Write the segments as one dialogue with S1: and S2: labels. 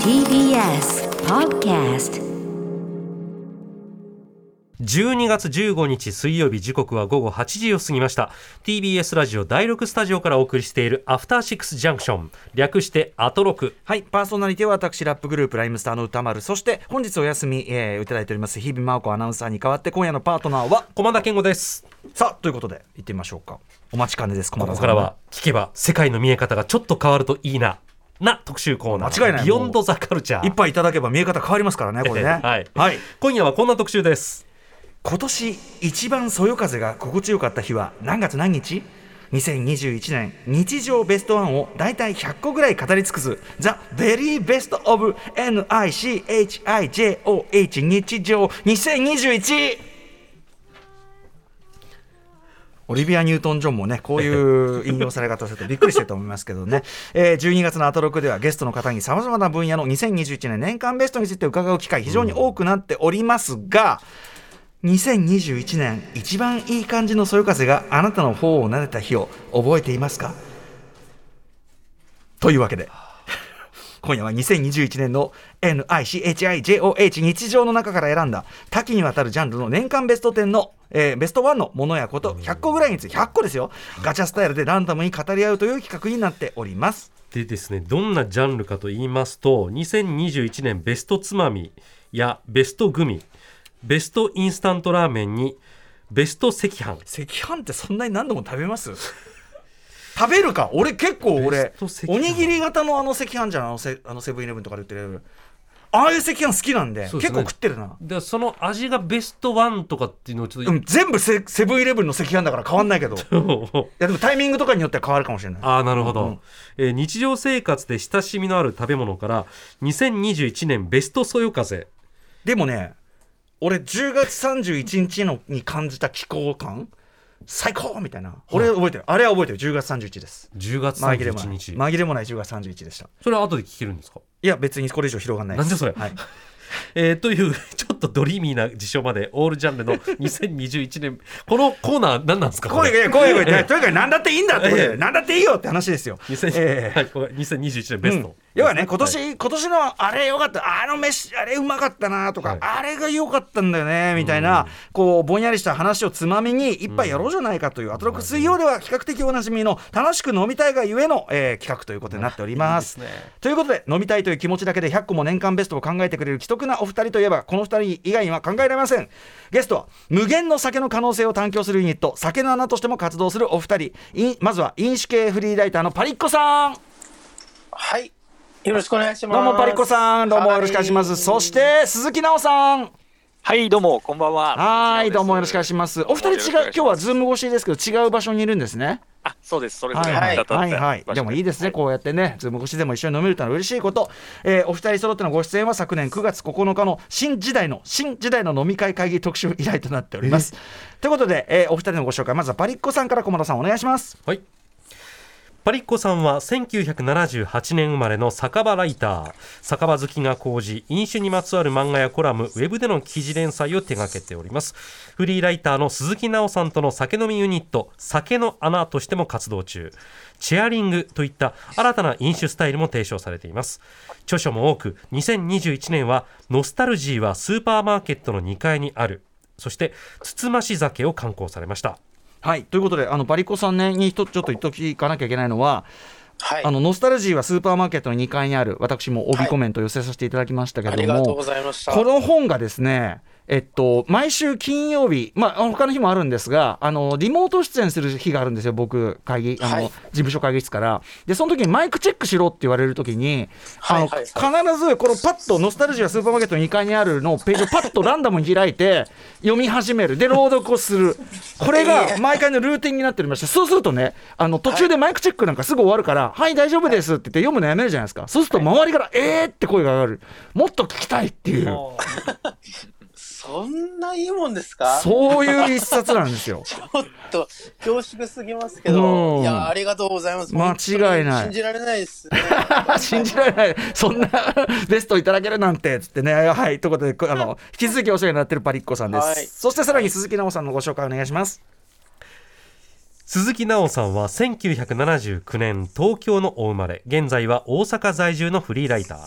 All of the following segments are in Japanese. S1: TBS Podcast
S2: 12月15日水曜日時刻は午後8時を過ぎました TBS ラジオ第6スタジオからお送りしているアフターシックスジャンクション略してアトロク
S3: はい、パーソナリティは私、ラップグループ、ライムスターの歌丸、そして本日お休み、えー、いただいております、日々真央子アナウンサーに代わって、今夜のパートナーは、
S2: 駒田健吾です
S3: さあ、ということで、行ってみましょうか。お待ちかねです、
S2: こ
S3: 駒田
S2: こ
S3: さん。
S2: からは聞けば世界の見え方がちょっと変わるといいなな特集コーナー
S3: 間違いない
S2: ビヨンドザカルチャー
S3: 一杯いただけば見え方変わりますからね、これ ね。
S2: はい、
S3: はい。
S2: 今夜はこんな特集です
S3: 今年一番そよ風が心地よかった日は何月何日 ?2021 年日常ベストワンを大体100個ぐらい語り尽くす The Very Best of NICHIJOH 日常2021オリビア・ニュートン・ジョンもね、こういう引用され方するとびっくりしてると思いますけどね、 えー12月のアトロクではゲストの方にさまざまな分野の2021年年間ベストについて伺う機会、非常に多くなっておりますが、2021年一番いい感じのそよ風があなたの方を撫でた日を覚えていますかというわけで。 今夜は2021年の NICHIJOH 日常の中から選んだ多岐にわたるジャンルの年間ベスト10の、えーベスト1のものやこと100個ぐらいについて100個ですよガチャスタイルでランダムに語り合うという企画になっております
S2: でですねどんなジャンルかと言いますと2021年ベストつまみやベストグミベストインスタントラーメンにベスト赤飯
S3: 赤飯ってそんなに何度も食べます食べるか俺結構俺
S2: ベスト赤飯
S3: おにぎり型のあの赤飯じゃんあのセあのセブンイレブンとかで売ってるああいう赤飯好きなんで
S2: そうです
S3: 結
S2: ね
S3: 構食ってるな
S2: でその味がベストワンとかっていうのをちょっと、
S3: うん全部セセブンイレブンの赤飯だから変わんないけどいやでもタイミングとかによっては変わるかもしれない
S2: ああなるほど、
S3: うん
S2: えー日常生活で親しみのある食べ物から2021年ベストそよ風
S3: でもね俺10月31日のに感じた気候感最高みたいな俺覚えてる、あれは覚えてる10月31日です
S2: 10月
S3: 紛れもない
S2: 31日、
S3: 紛れもない10月31日でした
S2: それは後で聞けるんですか、
S3: いや別にこれ以上広がんないで
S2: な
S3: す
S2: んじゃそれ
S3: はい、
S2: えーという ちょっとドリーミーな事象までオールジャンル の2021年このコーナー何なんですかこ
S3: 声
S2: れ
S3: が声がとにかく何だっていいんだってこと
S2: ええ
S3: で何だっていいよって話ですよ
S2: 2000
S3: ええ
S2: はいこれ2021年ベスト、
S3: うん要はね今年、
S2: はい
S3: 今年のあれ良かったあの飯あれうまかったなとか、
S2: はい
S3: あれが良かったんだよねみたいな、こうぼんやりした話をつまみに一杯やろうじゃないかという、アトロック水曜では比較的おなじみの楽しく飲みたいがゆえの、えー企画ということになっております。
S2: いいですね
S3: ということで飲みたいという気持ちだけで100個も年間ベストを考えてくれる既得なお二人といえばこの二人以外には考えられませんゲストは無限の酒の可能性を探求するユニット酒の穴としても活動するお二人いんまずは飲酒系フリーライターのパリッコさん
S4: はい。よろしくお願いします。
S3: どうもパリコさん、どうもよろしくお願いします。そし。て鈴木奈緒さん、
S5: はい、どうも、こんばんは。
S3: はい、どうもよろしくお願い
S5: し
S3: します。お二人違う、今日はズーム越しですけど、違う場所にいるんですね。
S5: ます。あ、そうです、それぞ
S3: は
S5: れ。
S3: い、はい、
S5: 当た
S3: は
S5: っ
S3: い、
S5: た
S3: はい
S5: 場所
S3: でもいいですね、
S5: は
S3: こうやってね、ズーム越しでも一緒に飲めるというのは嬉しいこと。えーお二人揃ってのご出演は昨年9月9日の新時代の、新時代の飲み会会議特集以来となっております。ということで、えーお二人のご紹介、まずはパリッコさんから駒田さんお願いします。
S2: はい。パリッコさんは1978年生まれの酒場ライター。酒場好きが講じ、飲酒にまつわる漫画やコラム、ウェブでの記事連載を手掛けております。フリーライターの鈴木奈緒さんとの酒飲みユニット、酒の穴としても活動中。チェアリングといった新たな飲酒スタイルも提唱されています。著書も多く、2021年は、ノスタルジーはスーパーマーケットの2階にある。そして、つつまし酒を刊行されました。
S3: はい、ということで、あのパリッコさんね、に一つちょっと言っとかなきゃいけないのは、
S4: はい。
S3: あのノスタルジーはスーパーマーケットの2階にある私も帯コメントを寄せさせていただきましたけ
S4: あ
S3: ど
S4: り
S3: も、
S4: がとうございました。
S3: この本がですねえっと、毎週金曜日、まあ、他の日もあるんですが、あの、リモート出演する日があるんですよ、僕、会議、あの、
S4: はい
S3: 事務所会議室から。で、その時にマイクチェックしろって言われる時に、
S4: はい
S3: あの、
S4: はい
S3: 必ず、このパッと、ノスタルジーはスーパーマーケットの2階にあるのをページをパッとランダムに開いて、 読み始める。で、朗読をする。これが、毎回のルーティンになっておりまして、そうするとね、あの、途中でマイクチェックなんかすぐ終わるから、はい、大丈夫ですって言って読むのやめるじゃないですか。そうすると、周りから、えーって声が上がる。もっと聞きたいっていう。
S4: そんないいもんですかちょ
S3: そういう一冊なんです よ。
S4: っと恐縮すぎますけ
S3: うん
S4: ど。いや、ありがとうございます。
S3: 間違いない
S4: 信じられないで すね。
S3: 信じられない、そんなベストいただけるなんてつってね、はい、ということで、こあの引き続きお世話になってるパリッコさんです。
S4: はい
S3: そしてさらに鈴木奈緒さんのご紹介お願いします。
S2: 鈴木奈緒さんは1979年東京のお生まれ現在は大阪在住のフリーライター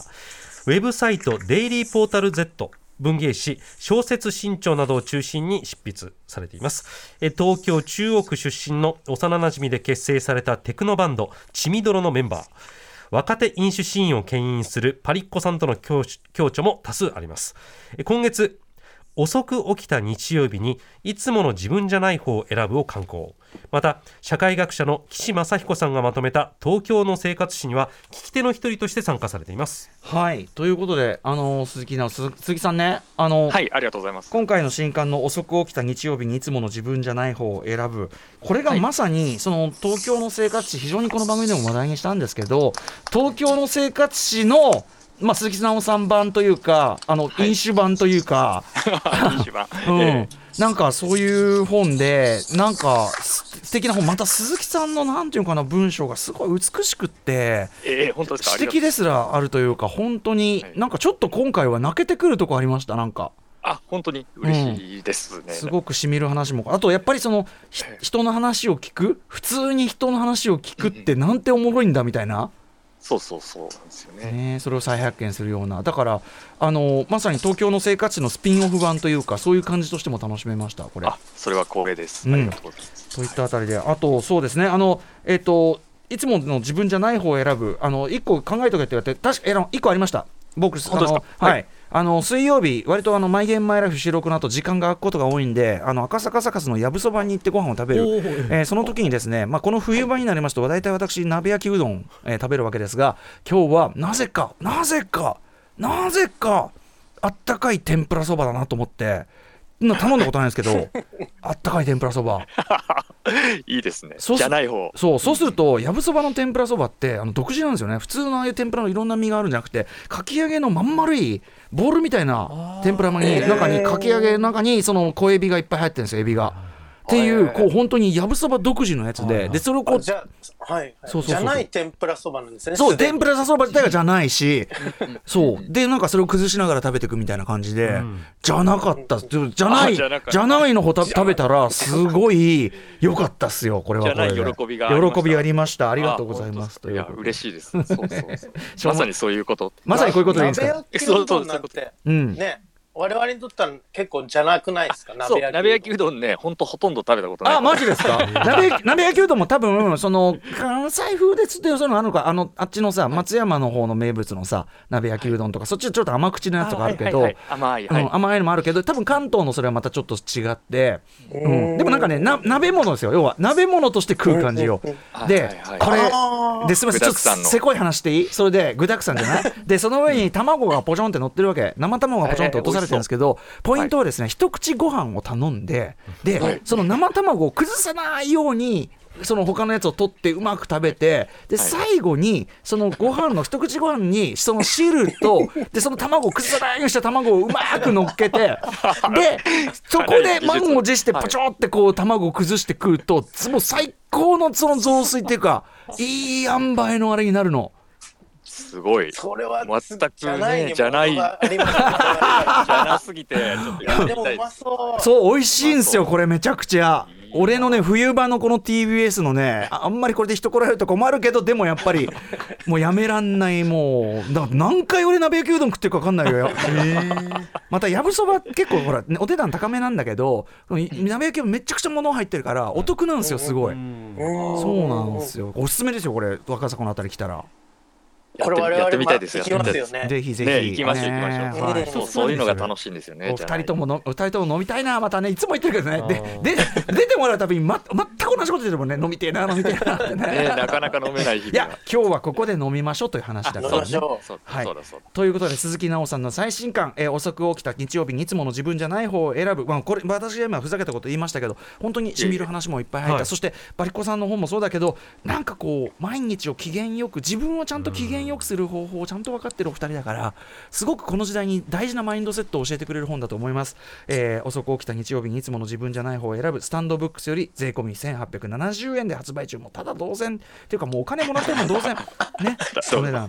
S2: ウェブサイトデイリーポータル Z 文芸誌小説新潮などを中心に執筆されていますえ東京中央区出身の幼なじみで結成されたテクノバンドちみどろのメンバー若手飲酒シーンを牽引するパリッコさんとの共著も多数ありますえ今月遅く起きた日曜日にいつもの自分じゃない方を選ぶを刊行また社会学者の岸正彦さんがまとめた東京の生活史には聞き手の一人として参加されています
S3: はいということであの鈴木直鈴鈴木さんねあの、
S5: はい、ありがとうございます。
S3: 今回の新刊の遅く起きた日曜日にいつもの自分じゃない方を選ぶこれがまさにその東京の生活史非常にこの番組でも話題にしたんですけど東京の生活史のまあ、鈴木直さん版というかあの飲酒版という か、
S5: 一番。
S3: うん
S5: え、
S3: なんかそういう本でなんかす素敵な本また鈴木さんのなんていうのかな文章がすごい美しくって
S5: えええ本当ですか。
S3: 指摘
S5: で。
S3: ですらあるというか本当に
S5: はい
S3: なんかちょっと今回は泣けてくるとこありましたなんか
S5: あ、本当に嬉しいですね。
S3: すごくしみる話もあとやっぱりそのひ
S5: はい
S3: 人の話を聞く普通に人の話を聞くってなんておもろいんだみたいな、
S5: そうそうそうなんですよね。
S3: ね、それを再発見するようなだからあのまさに東京の生活史のスピンオフ版というかそういう感じとしても楽しめましたこれ。
S5: あ、それは光栄です。
S3: うん
S5: ありがとうございます。
S3: といったあたりで、あとそうですね、あのえっ、といつもの自分じゃない方を選ぶ、あの一個考えとけって言われて、確かえら一個ありました。僕あ
S5: 当です
S3: の
S5: か
S3: はい。
S5: は
S3: あの水曜日、割とあのマイゲームマイライフ収録の後時間が空くことが多いんで、あの赤坂サカスのやぶそばに行ってご飯を食べる、えーその時にですね、まあ、この冬場になりますと、大体私、鍋焼きうどん、えー食べるわけですが、今日はなぜか、なぜか、なぜか、あったかい天ぷらそばだなと思って、な頼んだことないんですけ ど、あったかい天ぷらそば。
S5: いいですね。
S3: そうそう
S5: じゃない方。
S3: そうそうすると、やぶそばの天ぷらそばってあの独自なんですよね、普通のああいう天ぷらのいろんな身があるんじゃなくて、かき揚げのまん丸いボールみたいな天ぷらのに中に、かき揚げの中にその小エビがいっぱい入ってるんですよ、エビが。っていう、こう本当にやぶそば独自のやつで、でそれをこ
S4: あ
S3: う
S4: じゃあ、はい、はい
S3: そうそうそう
S4: じゃない天ぷらそばなんですね。
S3: そう
S4: すでに
S3: 天ぷらそば自体がじゃないしそうでなんかそれを崩しながら食べていくみたいな感じで、じゃなかったっすじゃない
S5: あ
S3: じ
S5: じゃなかった
S3: ゃないの方た食べたらすごい良かったっすよこれはこれで
S5: じゃない喜びがありました
S3: 喜びありましたありがとうございますと
S5: い
S3: いう
S5: や、
S3: ことで
S5: 嬉しいです。そうそうそう
S3: しょう
S5: ま
S3: も
S5: さにそういうこと。
S3: まさにこういうことでいいんです
S4: な
S3: か
S4: 鍋焼きうどんなんて、
S3: うん、
S4: ね、我々にとったら結構じゃなくないですか、
S5: そ
S4: 鍋
S5: う、
S4: 焼き。
S5: 鍋焼きうどんね、本当ほとんど食べたことない。
S3: あ、マジですか鍋焼き鍋焼きうどんも多分その関西風でつってそういうのあるのかあのあっちのさ松山の方の名物のさ鍋焼きうどんとかそっちちょっと甘口のやつとかあるけど、
S5: はいはいはい甘い、はい
S3: うん、甘いのもあるけど多分関東のそれはまたちょっと違って、うん、でもなんかねな鍋物ですよ要は鍋物として食う感じよ、で、
S5: はいはいはい
S3: これ
S4: あー
S3: ですみません
S5: 具
S3: ちょっ
S5: 沢
S3: と
S5: 山の
S3: せこい話していいそれで具沢山じゃないでその上に卵がポチョンって乗ってるわけ生卵がポチョンって落とされてるんですけど、ポイントはですね、一口ご飯を頼んでで、
S5: はい
S3: その生卵を崩さないようにその他のやつを取ってうまく食べてで
S5: はい
S3: 最後にそのご飯の一口ご飯にその汁と でその卵を崩さないようにした卵をうまく乗っけてでそこで満を持してポチョってこう卵を崩して食うともう最高のその雑炊っていうかいい塩梅のあれになるの。
S5: すごい。
S4: それは
S5: 全くね
S4: じゃないに
S5: じゃない
S4: ものがありますね我
S5: じゃなすぎて、ちょっとや
S4: 々
S5: っ
S4: いやで
S5: てみ
S4: も
S5: たいうで。
S4: ますそう。
S3: そう美味しいんですよこれめちゃくちゃ俺のね冬場のこの TBS のねああんまりこれで人来られると困るけどでもやっぱ りもうやめらんないもうだから何回俺鍋焼きうどん食ってるか分かんない よまたやぶそば結構ほら、ねお手段高めなんだけどい鍋焼きうどんめちゃくちゃ物入ってるからお得なんですよすごいそうなんですよおすすめですよこれ若坂のあたり来たら
S4: これ我々
S5: やってみたいです
S4: ま
S5: よ
S4: あ行きますよ
S3: ぜ
S4: ね。
S3: ひぜひ
S5: ね、行きましょう、
S3: ね
S5: 行きま
S3: は
S5: しょう。
S3: い
S5: そう、そういうのが楽しいんですよね。
S3: お
S5: じ
S3: 二
S5: ゃない
S3: 人とものお二人とも飲みたいなまたねいつも言ってるけどねでで出てもらうたびに、ま、全く同じこと言ってるもんね飲みてえな飲みてえなってね
S5: ね、なかなか飲めない日
S3: い
S5: 々が
S3: や今日はここで飲みましょうという話だから
S4: 飲みまし
S3: ね
S4: ょう。
S5: そう
S3: はい
S5: そうだそうだ。
S3: ということで鈴木奈緒さんの最新刊、えー遅く起きた日曜日にいつもの自分じゃない方を選ぶ、まあ、これ私が今ふざけたこと言いましたけど本当にしみる話もいっぱい入った、
S2: はい
S3: そしてバリッコさんの本もそうだけどなんかこう毎日を機嫌よく自分をちゃんと機嫌よくする方法をちゃんと分かってるお二人だからすごくこの時代に大事なマインドセットを教えてくれる本だと思います、えー遅く起きた日曜日にいつもの自分じゃない方を選ぶスタンドブックスより税込み1870円で発売中もただ同然っていうかもうお金もらっても同然ねそれだ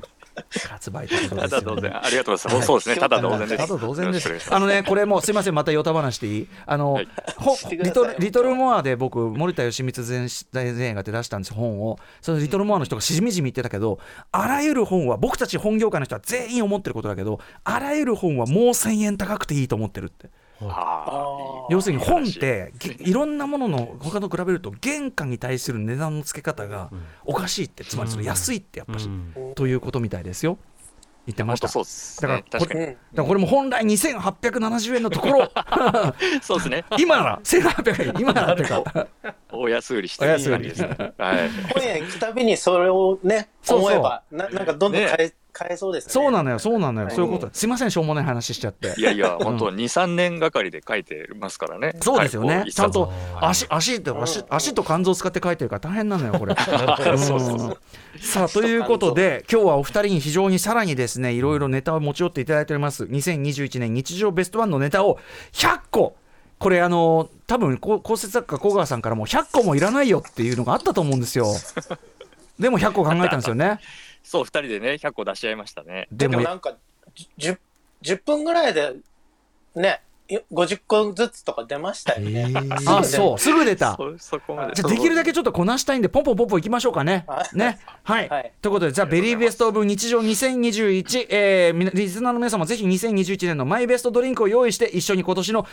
S3: 発売ということ
S5: た
S3: です
S5: だ
S3: よ
S5: 同
S3: ね。
S5: 然。ありがとうございます。そうですね。ただ同然で
S3: た
S5: す。
S3: だ同然です
S5: よろしくお願いし。ます
S3: あのね、これもうすみません、またヨタ話でいい。あの、
S5: はい
S3: ほ
S4: してく
S3: リ
S4: ださい
S3: トル
S4: 本当
S3: リトルモアで僕森田芳光全映画で出したんです本を。そのリトルモアの人がしみじみ言ってたけど、あらゆる本は僕たち本業界の人は全員思ってることだけど、あらゆる本はもう1000円高くていいと思ってるって。
S5: あ
S3: 要するに本ってげいろんなものの他と比べると原価に対する値段の付け方がおかしいってつまりそれ安いってやっぱし、
S2: うん
S3: ということみたいですよ言って
S5: あ。
S3: ま
S5: 本
S3: した
S5: 当そうですね。
S3: だからこれ
S5: 確かに。
S3: だからこれも本来2870円のところ
S5: そうですね。
S3: 今なら1800円今ならってか
S5: お安売りして
S3: お安売
S5: い
S3: り
S5: いですね。はい。
S4: 本屋行くたびにそれをね、
S3: そうそう
S4: 思えば、ななんかどんどん
S5: ね
S4: 変え、変えそうですね。
S3: そうなのよそうなのよ、
S4: はい
S3: そういうことすいませんしょうもない話しちゃって
S5: いやいや、本当二三年がかりで書いてますからね。
S3: そうですよね
S5: はい
S3: ちゃんと
S2: あー
S3: 足足って足
S4: うん
S3: 足と肝臓使って書いてるから大変なのよこれ。
S5: そうそうそう
S3: うんさあということで今日はお二人に非常にさらにですねいろいろネタを持ち寄っていただいております2021年日常ベストワンのネタを100個これあの多分こう公設作家小川さんからも100個もいらないよっていうのがあったと思うんですよでも100個考えたんですよね
S5: そう、二人でね、100個出し合いましたね。
S3: で
S4: でも
S3: も
S4: なんか、じゅ 10, 10分ぐらいで、ね、よ50個ずつとか出ましたよね。
S3: あそうすぐ出た
S5: そそこまで。
S3: じゃあできるだけちょっとこなしたいんでポンポンポンポンいきましょうかね
S4: は。い
S3: ね。 はい。
S4: はい
S3: ということで、ザ・ベリーベストオブ日常2021、えーみなリスナーの皆様ぜひ2021年のマイベストドリンクを用意して一緒に今年の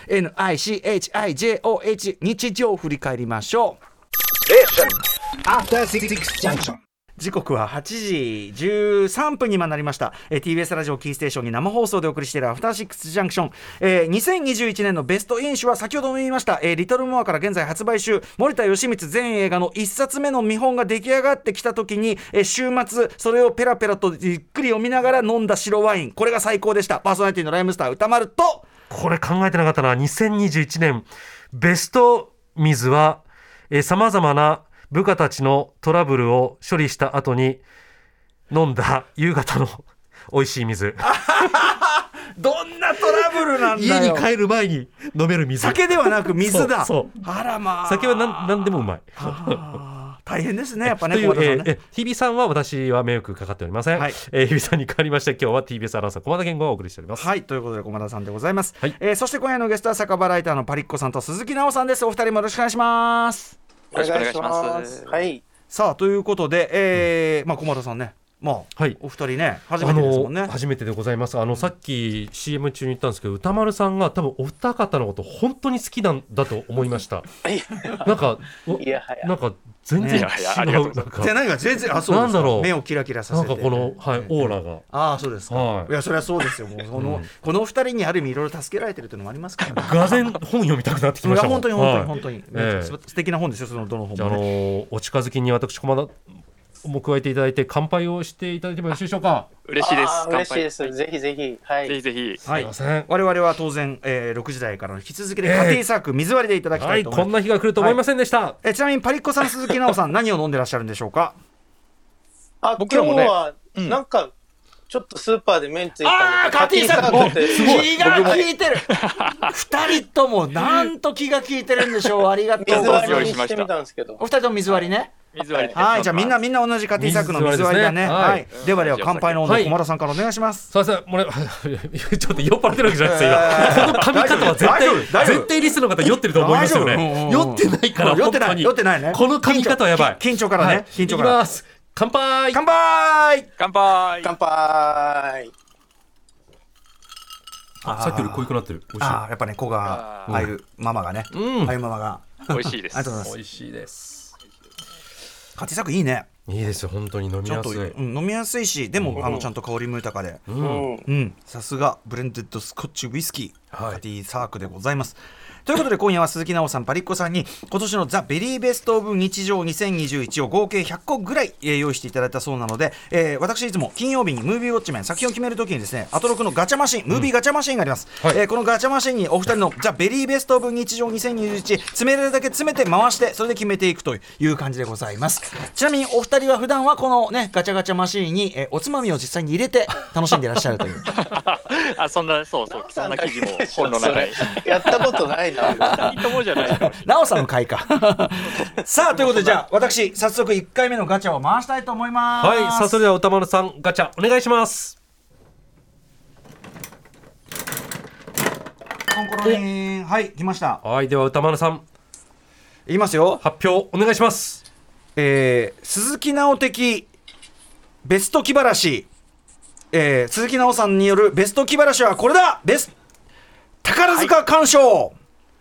S3: NICHIJOH 日常を振り返りましょう。
S6: After Six Six Junction.
S3: 時刻は8時13分に今なりました、えー TBS ラジオキーステーションに生放送でお送りしているアフターシックスジャンクション、えー2021年のベストイン酒は先ほども言いました、えーリトルモアから現在発売中森田義満全映画の1冊目の見本が出来上がってきた時に、えー週末それをペラペラとじっくり読みながら飲んだ白ワインこれが最高でしたパーソナリティのライムスター歌丸と
S2: これ考えてなかったな2021年ベスト水はさまざまな部下たちのトラブルを処理した後に飲んだ夕方の美味しい水
S3: どんなトラブルなんだ
S2: 家
S3: よ
S2: に帰る前に飲める水
S3: 酒ではなく水だ
S2: そう
S3: あらまあ
S2: 酒は何何でもうまい
S3: あー大変ですねやっぱ
S2: と
S3: ね
S2: いう、
S3: 小和田さんね
S2: えーえー日比さんは私は迷惑かかっておりません、
S3: はい
S2: えー日比さんに代わりまして今日は TBS アナウンサー駒田健吾がお送りしております、
S3: はいということで駒田さんでございます、
S2: はい
S3: えーそして今夜のゲストは酒場ライターのパリッコさんと鈴木奈緒さんですお二人もよろしくお願いします
S4: お願いし
S5: よろしくお願
S4: ま
S5: いします
S4: す。はい。
S3: さあということで、えーまあ、駒田さんねまあ、
S2: はい
S3: お二人ね初
S2: あ
S3: めてですも
S2: の
S3: んね
S2: 初めてでございますあのさっき CM 中に言ったんですけど歌丸さんが多分お二方のこと本当に好きなんだと思いま した
S4: い
S2: なんかお
S4: いやはや
S2: なんか全然違う、
S5: ねいやいやありがとうご
S2: な
S5: ざ
S2: いん
S5: ま
S2: か
S3: じゃあ何か全然あそうです
S2: なんだろう
S3: 目をキラキラさ
S2: な
S3: せ
S2: ん
S3: て
S2: かこの、はい、オーラが
S3: ああそうですか、
S2: はい
S3: い、やそりゃそうですよもうこの,、このお二人にある意味いろいろ助けられてるっていうのもありますから ね
S2: がぜん本読みたくなってき
S3: い
S2: まし
S3: や
S2: たもん
S3: 本当に本当に
S2: はい
S3: 本当に、
S2: ええ
S3: す素敵な本ですよそのどの本
S2: じゃあ、
S3: も、
S2: あの
S3: ね、
S2: ーお近づきに私駒田も加えていただいて乾杯をしていただいてもよろしいでしょうか
S5: 嬉しいです
S4: あ。ー
S5: 乾
S4: 嬉しい
S5: 杯
S4: で。す。ぜひぜひ。は
S5: ぜひ
S4: い。
S5: ぜひ。
S3: はい
S2: すいません
S3: 我々は当然、えー、6時台からの引き続きで家庭サーク水割りでいただきた
S2: はいい
S3: と思い
S2: こ
S3: ま
S2: んな
S3: す、
S2: 日が来ると思いませんでした、
S3: えちなみにパリッコさん、鈴木奈緒 さん、何を飲んでらっしゃるんでしょうか。
S4: あ、今
S5: 僕
S4: 日
S5: らもね
S4: は、なんか、ちょっとスーパーで目についたんで。
S3: もう
S4: って
S3: 気が
S4: 僕も
S3: 利いてる。二人とも、なんと気が利いてるんでしょう。ありがとうご
S4: 水
S3: ざい
S4: 割
S3: ます。
S4: り
S5: 用意
S4: に
S5: しま
S4: し
S5: した
S4: てみたんですけど
S3: お。二人とも水割りね。
S5: 水割りで。
S3: はい、じゃあみんなみんな同じ家庭サークの水割りだね。
S2: 水割り
S3: は
S2: です
S3: い
S2: ねは、い
S3: ではでは乾杯の温
S2: は
S3: 度、
S2: い
S3: 駒田さんからお願いします。
S2: すいません、もうね ちょっと酔っ払ってるわけじゃないですよ、今。この髪型は絶
S3: 大丈夫大
S2: 対、
S3: 丈夫
S2: 絶対リスの方酔ってると思いますよ
S3: 大丈夫うん
S2: ね。
S3: うんう
S2: 酔
S3: ん
S2: ってないから、
S3: 酔っ
S2: 本
S3: てない
S2: 当に。
S3: 酔ってないね
S2: この髪型はやばい。
S3: 緊張緊張からね
S2: はい
S3: 緊張
S2: いき
S3: から
S2: ます。乾杯
S3: 乾杯。
S5: 乾杯。
S4: 乾杯。
S2: あさっきより濃くなってる。美味し
S3: ああ、やっぱね、子が、
S5: あー
S3: ああいうママがね、
S2: うん
S3: ああいうママが。
S5: 美味しいで
S3: ありがとうござい
S5: す。
S3: ま
S2: い。美
S3: す。
S2: 味しいです。
S3: 家庭サークいいね。
S2: いいですよ、本当に飲み
S3: ちょっ
S2: やす
S3: と、
S2: い。
S3: うん飲みやすいし、でも、あの、ちゃんと香りも豊かで。
S2: うん
S4: うん
S3: うん、さすがブレンデッドスコッチウイスキー、
S2: はい
S3: カティサークでございます。ということで今夜は鈴木奈緒さんパリッコさんに今年のザ・ベリーベスト・オブ日常2021を合計100個ぐらいえー用意していただいたそうなので、えー私いつも金曜日にムービーウォッチメン作品を決めるときにですねアトロクのガチャマシンムービーガチャマシンがあります、
S2: はい
S3: えーこのガチャマシンにお二人のザ・ベリーベスト・オブ日常2021詰めるだけ詰めて回してそれで決めていくという感じでございますちなみにお二人は普段はこのねガチャガチャマシンに、えーおつまみを実際に入れて楽しんでいらっしゃるという
S5: あ、そんな、そうそう、そんな記事も本の中に。
S4: やったことない
S5: 二人ともじゃないよ。
S3: なおさんの回か。 さあ、ということで、じゃあ、私、早速1回目のガチャを回したいと思います。
S2: はい、さあそれでは歌丸さんガチャお願いします。
S3: コンコロリン。はい、来ました。
S2: はい、では歌丸さん
S3: 言いますよ。
S2: 発表お願いします。
S3: えー、鈴木直的、ベスト気晴らし。えー、鈴木直さんによるベスト気晴らしはこれだベス宝塚鑑賞、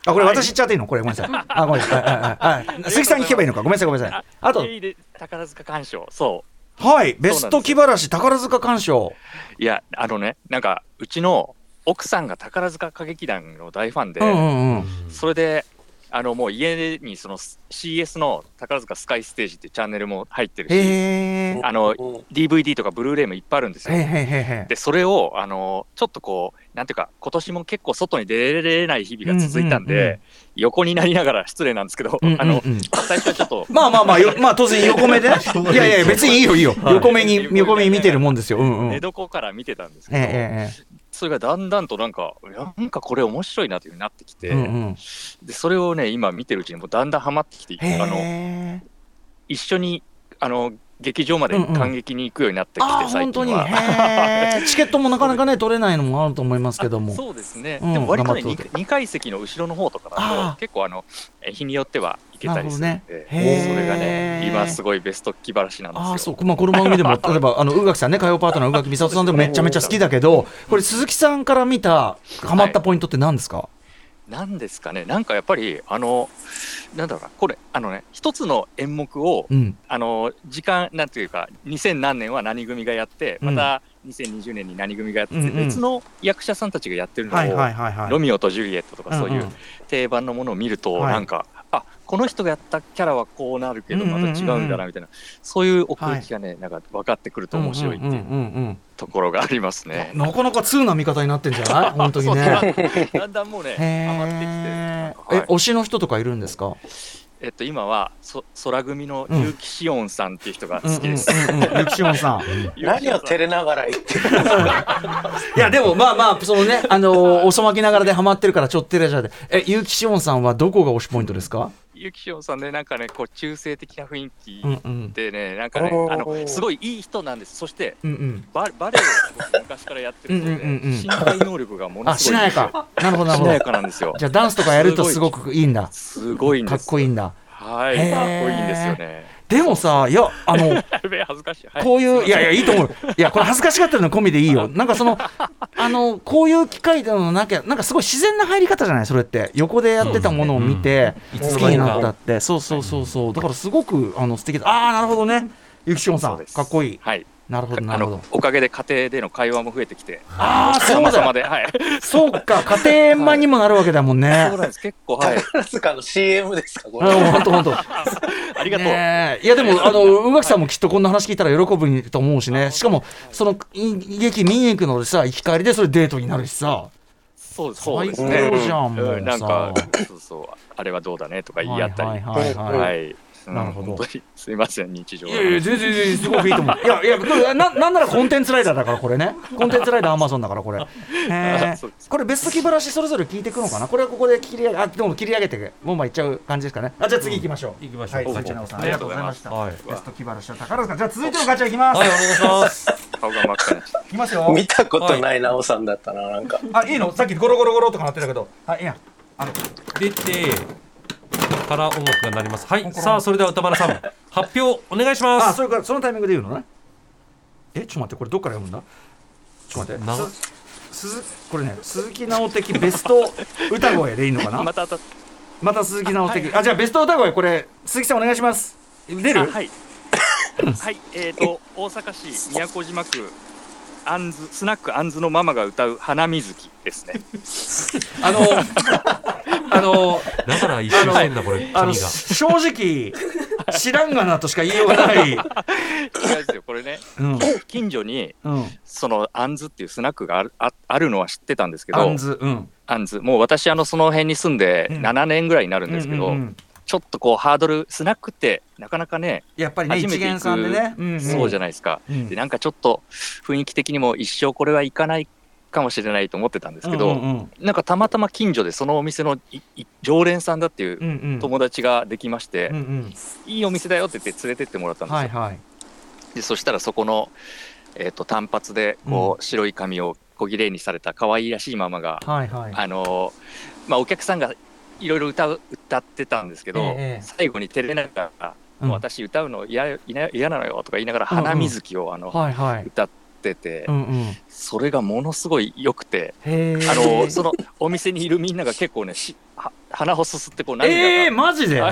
S3: あ、これ私言っちゃっていいのこれごめんなさい。あ、ごめんなさいはいはいはい。鈴木さんに聞けばいいのか。ごめんなさい、ごめんなさい。あと、
S5: いいで宝塚鑑賞。そ
S3: はい、ベスト気晴らし、宝塚鑑賞。
S5: う。いや、あのね、なんか、うちの奥さんが宝塚歌劇団の大ファンで、
S3: うんうんうん。
S5: それで、あの、もう家にその CS の宝塚スカイステージっていうチャンネルも入ってるし、
S3: へー。
S5: あの、
S4: うん
S5: DVD とかブルーレイもいっぱいあるんです
S3: へー
S5: よ。
S3: へーへーへー。
S5: で、それを、あの、ちょっとこう、なんていうか、今年も結構外に出れない日々が続いたんで、
S3: うんうんうん
S5: 横になりながら失礼なんですけど、
S3: うんうんうん
S5: あの、最初はちょっと、
S3: まあまあまあ、よまあ当然横目でね。いやいや、別にいいよいいよ。
S2: い
S3: 横目に、横目に見てるもんですよ。うんうん。
S5: 寝
S3: え
S5: 床から見てたんですけ
S3: え
S5: ど、
S3: え
S5: それがだんだんとなんか、なんかこれ面白いなというふうになってきて、
S3: えええ。うんうん。
S5: で、それをね、今見てるうちにもうだんだんハマってきて、あの、
S3: へえ。
S5: 一緒に、あの、劇場まで
S3: うんうん
S5: 感激に行くようになってきて、
S3: ああ、
S5: 最
S3: 本当
S5: 近
S3: に。
S5: は。
S3: へえ。 チケットもなかなかね、取れないのもあると思いますけども。
S5: そうですね、
S3: うん
S5: でも割とね
S3: 頑張っ
S5: 2,
S3: ておい
S5: 階席の後ろの方とかだ
S3: あー
S5: と結構あのえ日によっては行けたりするん
S3: なる
S5: で
S3: ほどねへー
S5: それがね今すごいベスト気晴らしなんですよ
S3: ああそうまあ、この番組でも例えばあの宇垣さんね火曜パートナー宇垣美里さんでもめちゃめちゃ好きだけどこれ鈴木さんから見たハマったポイントって何ですか、
S5: なんですかねなんかやっぱりあのなんだろうなこれあのね一つの演目を
S3: うん
S5: あの時間なんていうか2000何年は何組がやって
S3: う
S5: ま
S3: ん
S5: た2020年に何組がやって、
S3: うんうん
S5: 別の役者さんたちがやってるのを、
S3: はいは
S5: ロミオとジュリエットとかそうい
S3: ん
S5: うん定番のものを見ると、
S3: はい
S5: なんかあこの人がやったキャラはこうなるけど
S3: うんうん
S5: ま
S3: うん
S5: た違うんだなみたいな、そういう奥行きがね、なんか分かってくると面白いって
S3: うんうん
S5: いう
S3: うん
S5: ところがあります
S3: う
S5: ね
S3: ん。なかなか通な見方になってんじゃない本当にね。
S5: そうそうだんだんもうねハマってきて
S3: へー
S5: はい
S3: え、推しの人とかいるんですか。
S5: えっと今はそ空組の結城紫音さんっていう人が好きです。
S3: うんうんうんうんゆきしおんさん。
S4: 何を照
S5: れ
S4: れながら言ってる
S3: いや、でも、まあまあ、そのね、あのー、遅まきながらでハマってるから、ちょっとレジャーで。え、ゆきしおんさんはどこが推しポイントですか。
S5: 結城紫音さんねなんかねこう中性的な雰囲気
S3: うんうん。
S5: でね、なんかね
S4: おー
S5: あのすごいいい人なんです。そして
S3: うんうん。
S5: ババレエを僕昔からやってるので、
S3: うんうんうんうん
S5: 身体能力がもの
S3: あ、
S5: す
S3: し
S5: ごい
S3: なんや
S5: ですよ
S3: か。なるほど、なる
S5: し
S3: ほ
S5: な
S3: ど
S5: や。かなんですよ。
S3: じゃあ、ダンスとかやると、すごくいいんだ。
S5: すごいん
S3: か
S5: で
S3: っ
S5: す。
S3: こいいんだ。
S5: はい、
S3: へー
S5: かっこいいんですよね。
S3: でもさ、いや、あ の。
S5: やべえ、恥ずかしい。は
S3: こういう、いやいや、いい
S5: す
S3: と思う。いや、これ恥ずかしがってるの込みでいいよ。なんかその、あの、こういう機会でのなきゃ、なんかすごい自然な入り方じゃないそれって。横でやってたものを見て、
S2: うん
S3: 好きになったって。そうそうそうそう。だからすごく、あの、素敵だ。ああ、なるほどね。ゆきしおんさ、
S5: そうんです
S3: かっこいい
S5: い。ませんはい。
S3: なるほど、な
S5: あ
S3: るほど
S5: の。、おかげで家庭での会話も増えてきて、
S3: ああ、そう
S5: 様
S3: だ
S5: 々。で、はい。
S3: そうか、家庭円満にもなるわけだもんね
S5: そう。なんです。結構、はい。
S4: 宝塚の CM ですかこれ。
S3: うん、ほんとほんと。
S5: ありがとう。
S3: ねえいやでも あの宇垣さんもきっとこんな話聞いたら喜ぶと思うしねしかもそのい劇見に行くのでさ行き帰りでそれデートになるしさ
S5: そうそう
S3: 最
S5: です
S3: 高
S5: ね。
S3: じゃんも
S5: う、
S3: うんさ
S5: なんか、そうそう、あれはどうだねとか言い合ったり。
S3: はいはいはいはい
S5: はい。うん
S3: なるほど
S5: 本当にすいません、日常
S3: いやいや全然全然すごくいいと思ういやいやこれななんならコンテンツライダーだからこれねコンテンツライダーアマゾンだからこれ、え
S5: あそうです
S3: これベスト気晴らしそれぞれ聞いていくのかなこれはここで切り上げあでも切り上げてもうまいっちゃう感じですかねあじゃあ次行きましょう
S2: 行きましょう
S3: はい
S2: はい
S3: 鈴木奈緒さんありがとうございました
S2: はい
S3: ベスト気晴らしは宝塚じゃあ続いてのガチャいきます、
S2: はい
S3: い、
S2: お願いします。
S5: 顔が真っ赤になっちゃっ
S3: きますよ
S4: 見たことないなおさんだったな、なんか。
S3: あ、いいのさっきゴロゴロゴロとか鳴ってたけど。あ、いいや。あの、
S2: 出てから音楽が鳴ります。はい、さあそれでは歌丸さん発表お願いしま
S3: あ、
S2: す。
S3: それから、そのタイミングで言うのね。え、ちょっと待って、これどっから読むんだちょっと
S2: な
S3: 待って。す鈴これね、鈴木直的ベスト歌声でいいのか
S5: た。
S3: な
S5: また当たっ
S3: また鈴木直的。あ、じゃあベスト歌声、これ、鈴木さんお願いします。出
S5: た。あ
S3: る
S5: はい。はい、えっと、大阪市宮古島区。あんず、スナックあんずのママが歌う花水木ですね。
S3: あの、あの、
S2: だから一周してんだこれ
S3: あの、
S2: 髪が。
S3: 正直、知らんがなとしか言いようが ない。
S5: 違うんですよこれね
S3: うん。
S5: 近所に
S3: うん。
S5: そのあんずっていうスナックがあるああるのは知ってたんですけど
S3: あんず、うん。
S5: あんずもう私あのその辺に住んで
S3: うん
S5: 7年ぐらいになるんですけど、
S3: うんうんうん
S5: ちょっとこうハードルスナックってなかなかね、
S3: やっぱりね、
S5: 初め
S3: 一
S5: て行く
S3: 元さんでね。んん
S5: そうじゃないですか、
S3: うん
S5: でなんかちょっと雰囲気的にも一生これはいかないかもしれないと思ってたんですけ
S3: う
S5: ど、
S3: んうん
S5: なんかたまたま近所でそのお店のいい常連さんだってい
S3: うん
S5: う
S3: うん
S5: 友達ができまして、
S3: うんうん
S5: いいお店だよって言って連れてってもらったんですよ。
S3: はいはい
S5: でそしたらそこの、えー、と短髪でこう白い髪を小綺麗にされた可愛いらしいママが、
S3: はいはい
S5: あのーまあ、お客さんがいろいろ歌う歌ってたんですけど、
S3: ええ
S5: 最後に照れながら、
S3: うん
S5: 私歌うの嫌よ嫌嫌なのよとか言いながら
S3: うんうん
S5: 花水木をあの、
S3: はいはい
S5: 歌ってて、
S3: うんうん
S5: それがものすごい良くて、
S3: へえ
S5: あのーそのお店にいるみんなが結構ねしは鼻をすすってこう涙が、
S3: えー、マジで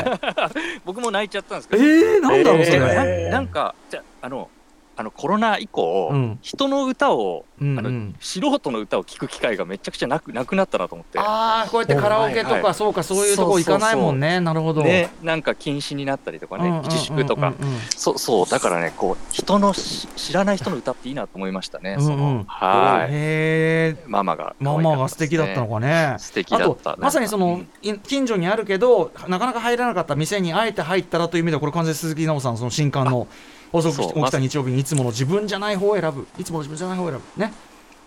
S5: 僕も泣いちゃったんですけ
S3: えー、
S5: ど、
S3: なんだろうそ
S5: えー
S3: れ、
S5: ななんかじゃあのあのコロナ以降、
S3: うん
S5: 人の歌を
S3: うんう
S5: あの
S3: ん
S5: 素人の歌を聴く機会がめちゃくちゃなくなくなったなと思って。
S3: ああこうやってカラオケと
S5: はい
S3: か
S5: はい
S3: そうかそういうとこ行かないもんねなるほど
S5: ね、なんか禁止になったりとか
S3: うんうんうん
S5: ね
S3: う、ん
S5: 自粛とか、そうそう、だからね、こう、人のし知らない人の歌っていいなと思いましたね、
S3: うんうん
S5: その、はい、
S3: へえ
S5: ママが、
S3: ママが素敵だったの
S5: か
S3: かね
S5: ったですね、素敵
S3: あ
S5: だっ
S3: と
S5: た、
S3: まさにそ
S5: な
S3: の
S5: んか、
S3: い近所にあるけど、なかなか入らなかった店にあえて入ったらという意味では、これ、完全に鈴木奈緒さん、その新刊の遅く
S5: そう
S3: 起きた日曜日にいつもの自分じゃない方を選ぶ、いつもの自分じゃない方を選ぶ、ね、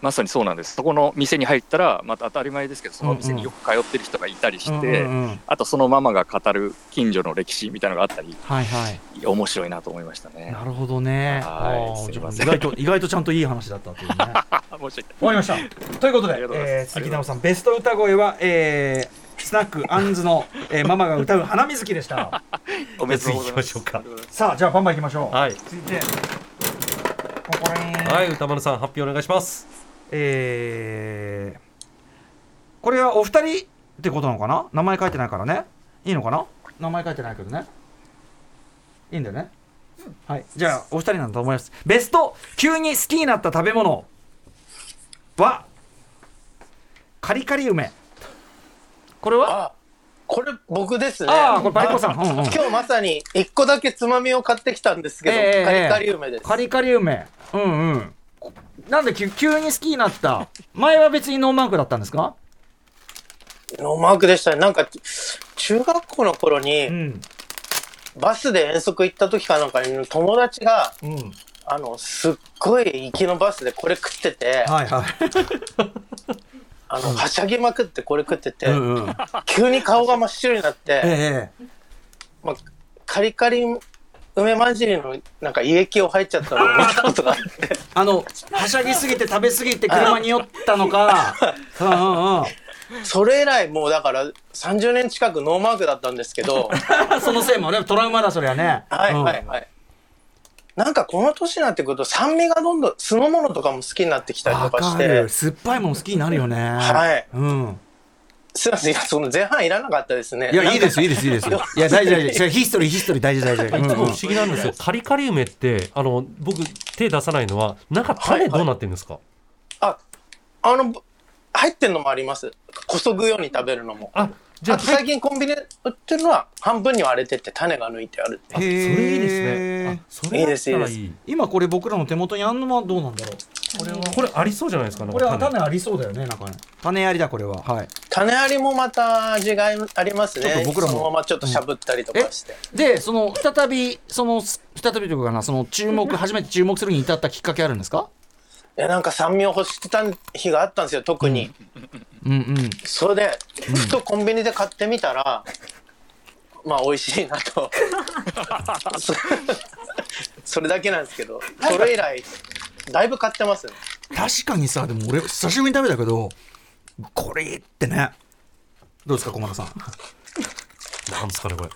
S5: まさにそうなんです、そこの店に入ったら、また当たり前ですけど、その店によく通ってる人がいたりして、
S3: うんうんうん
S5: あとそのママが語る近所の歴史みたいなのがあったり、
S3: はいはい、
S5: 面白いなと思いましたね。
S3: なるほどね、
S5: はい
S3: あー
S5: すいま
S3: 意
S5: せん
S3: 外と意外とちゃんといい話だったというね。
S5: あ申し訳ない
S3: 終わりました。ということで、
S5: ありがとうございます
S3: えー鈴木奈緒さん、ベスト歌声は、えースナックアンズの、えーママが歌う花水木で した。
S5: おめでとうございます
S2: 次行きましょうか
S5: ありがとございます
S3: さあ、じゃあ、バンバンいきましょう。
S2: はい、
S3: 続いて、ここら辺
S2: はい、歌丸さん発表お願いします
S3: えーこれはお二人ってことなのかな名前書いてないからねいいのかな名前書いてないけどねいいんだよね、はいじゃあお二人なんだと思いますベスト急に好きになった食べ物はカリカリ梅これは
S4: あ、これ僕ですね。
S3: ああこれパリコ さん、うんうん、
S4: 今日まさに一個だけつまみを買ってきたんですけど、
S3: ええ
S4: カリカリ梅です。
S3: カリカリ梅うんうんこなんで急急に好きになった前は別にノーマークだったんですか
S4: ノーマークでしたね。なんか、中学校の頃
S3: う
S4: に、
S3: ん
S4: バスで遠足行った時かなんかに、友達が、
S3: うん
S4: あの、すっごい行きのバスでこれ食ってて、
S3: はいはい
S4: あの、はしゃぎまくってこれ食ってて、
S3: うんうん
S4: 急に顔が真っ白になって、
S3: ええ
S4: まあ、カリカリ梅まんじりのなんか胃液を入っちゃっ たのを見たことがあって、
S3: あのはしゃぎすぎて食べすぎて車に酔ったのかうんうんう
S4: それ以来もうだから30年近くノーマークだったんですけど、
S3: んそのせいもねトラウマだそりゃね
S4: はいはい
S3: うん
S4: はい。なんかこの年になってくると酸味がどんどん酢の物とかも好きになってきたり
S3: わ
S4: とかし
S3: か
S4: て
S3: る、酸っぱいもん好きになるよね
S4: はい
S3: うん
S4: すいません、いやその前半いらなかったですね。。
S3: いやいいですすいいですいいですいや大事大事それヒストリーヒストリー大事大事
S2: いつも
S3: うん
S2: 不
S3: うん
S2: 思議なんですよカリカリ梅ってあの僕手出さないのは中種どうなってるんですか、
S4: あ、あの、入ってんのもあります。こそぐように食べるのも。
S2: あじゃ
S4: あ
S2: あ
S4: と最近コンビニで売ってるのは半分に割れてって種が抜いてあるっていう。
S2: あそれいいです
S3: へー
S2: ねあそれだったらいい
S3: 今これ僕らの手元にあんのはどうなんだろう
S2: これありそうじゃないですかなんか
S3: これは種ありそうだよねなんかね種ありだこれははい
S4: 種ありもまた味があります
S3: ちょっ
S4: ね。
S3: と僕らも
S4: そのままちょっとしゃぶったりとかして。
S3: でその再びその再びというかなその注目初めて注目するに至ったきっかけあるんですか
S4: いやなんか酸味を欲してた日があったんですよ、特に。
S3: うんうん
S4: それで、ふとコンビニで買ってみたら、まあ美味しいなと。 そそれだけなんですけど、それ以来、だいぶ買ってますね。
S3: 確かにさでも俺久しぶりに食べたけどこれってねどうですか駒田さん
S2: なんですかねこれ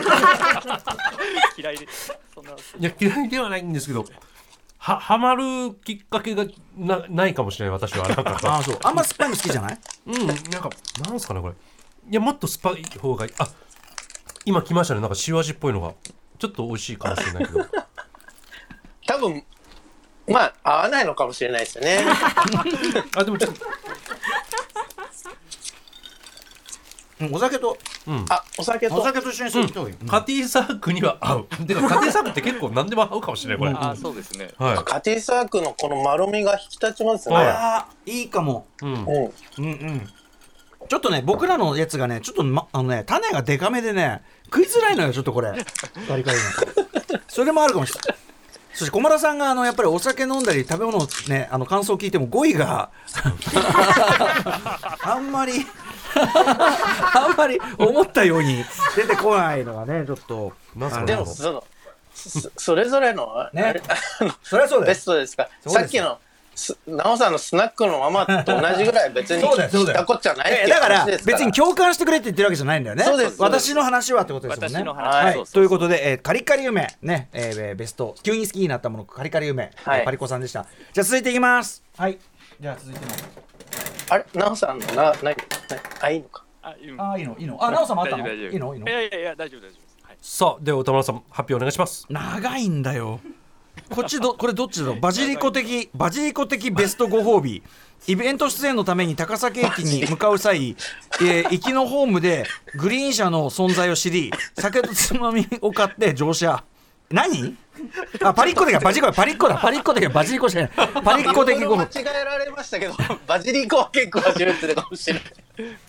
S5: 嫌いです。そんない
S2: や嫌いではないんですけどははまるきっかけがなないかもしれない私はなんか
S3: ああそうあんま酸っぱいの好きじゃない
S2: うんなんかなんですかねこれいやもっと酸っぱい方がいいあ今来ましたねなんか塩味っぽいのがちょっと美味しいかもしれないけど
S4: 多分、まあ合わないのかもしれないです よね。
S2: あでもちょっと
S3: うんお酒と
S4: あ、お酒
S3: お
S4: と。
S3: 酒と一緒にする人がいい、うん
S2: 家庭サークには合う てか家庭サークって結構何でも合うかもしれないこれ、
S5: あーそうですね。
S2: はい
S4: 家庭サークのこの丸みが引き立ちますね。
S2: は
S3: ああいいかも
S2: うん
S4: うん、
S3: うんうんちょっとね僕らのやつがねちょっと、ま、あのね種がデカめでね食いづらいのよちょっとこれガリガリのそれもあるかもしれないそして小村さんがあのやっぱりお酒飲んだり食べ物をねあの感想を聞いても語彙があんまりあんまり思ったように出てこないのがねちょっと
S2: なんすか
S3: あの
S2: ね
S4: でもそのそそれぞれのあ
S3: ね
S4: れあの
S3: それはそうだ
S4: ベ
S3: よ
S4: ストですか
S3: そうです
S4: さっきのすなおさんのスナックのままと同じぐらい別に
S3: そうだよそうだ
S4: 知っ
S3: よ
S4: たこっちゃないって
S3: え
S4: いう
S3: だから
S4: 話です
S3: 別
S4: から
S3: に共感してくれって言ってるわけじゃないんだよね
S4: そうです
S3: 私の話はってことですもんね
S5: 私の
S4: は
S5: 話、
S3: はい
S5: そうそう
S3: ということで、えーカリカリ梅ね、えーえーベスト急に好きになったものカリカリ梅、
S4: はい
S3: パリコさんでしたじゃあ続いていきますはいじゃあ続いても
S4: あれなおさんのなななあいいのか
S5: あいいの
S3: ああいいのいいのあ奈緒さんもあった
S5: 大
S3: の
S5: 丈夫大丈夫
S3: いいのいいの
S5: いやいやいや大丈夫大丈夫です、はい、
S2: さあでは歌丸さん発表お願いします
S3: 長いんだよこっちどこれどっちだろうバジリコ的バジリコ的ベストご褒美イベント出演のために高崎駅に向かう際、えー行きのホームでグリーン車の存在を知り酒とつまみを買って乗車何あパリッコ的だバジリコだパリッコだパリッコ的だバジリコしかないパリッコ的
S4: い
S3: ご
S4: ろいろ
S3: 褒美
S4: 間違えられましたけど バジリコは結構初めてかもしれない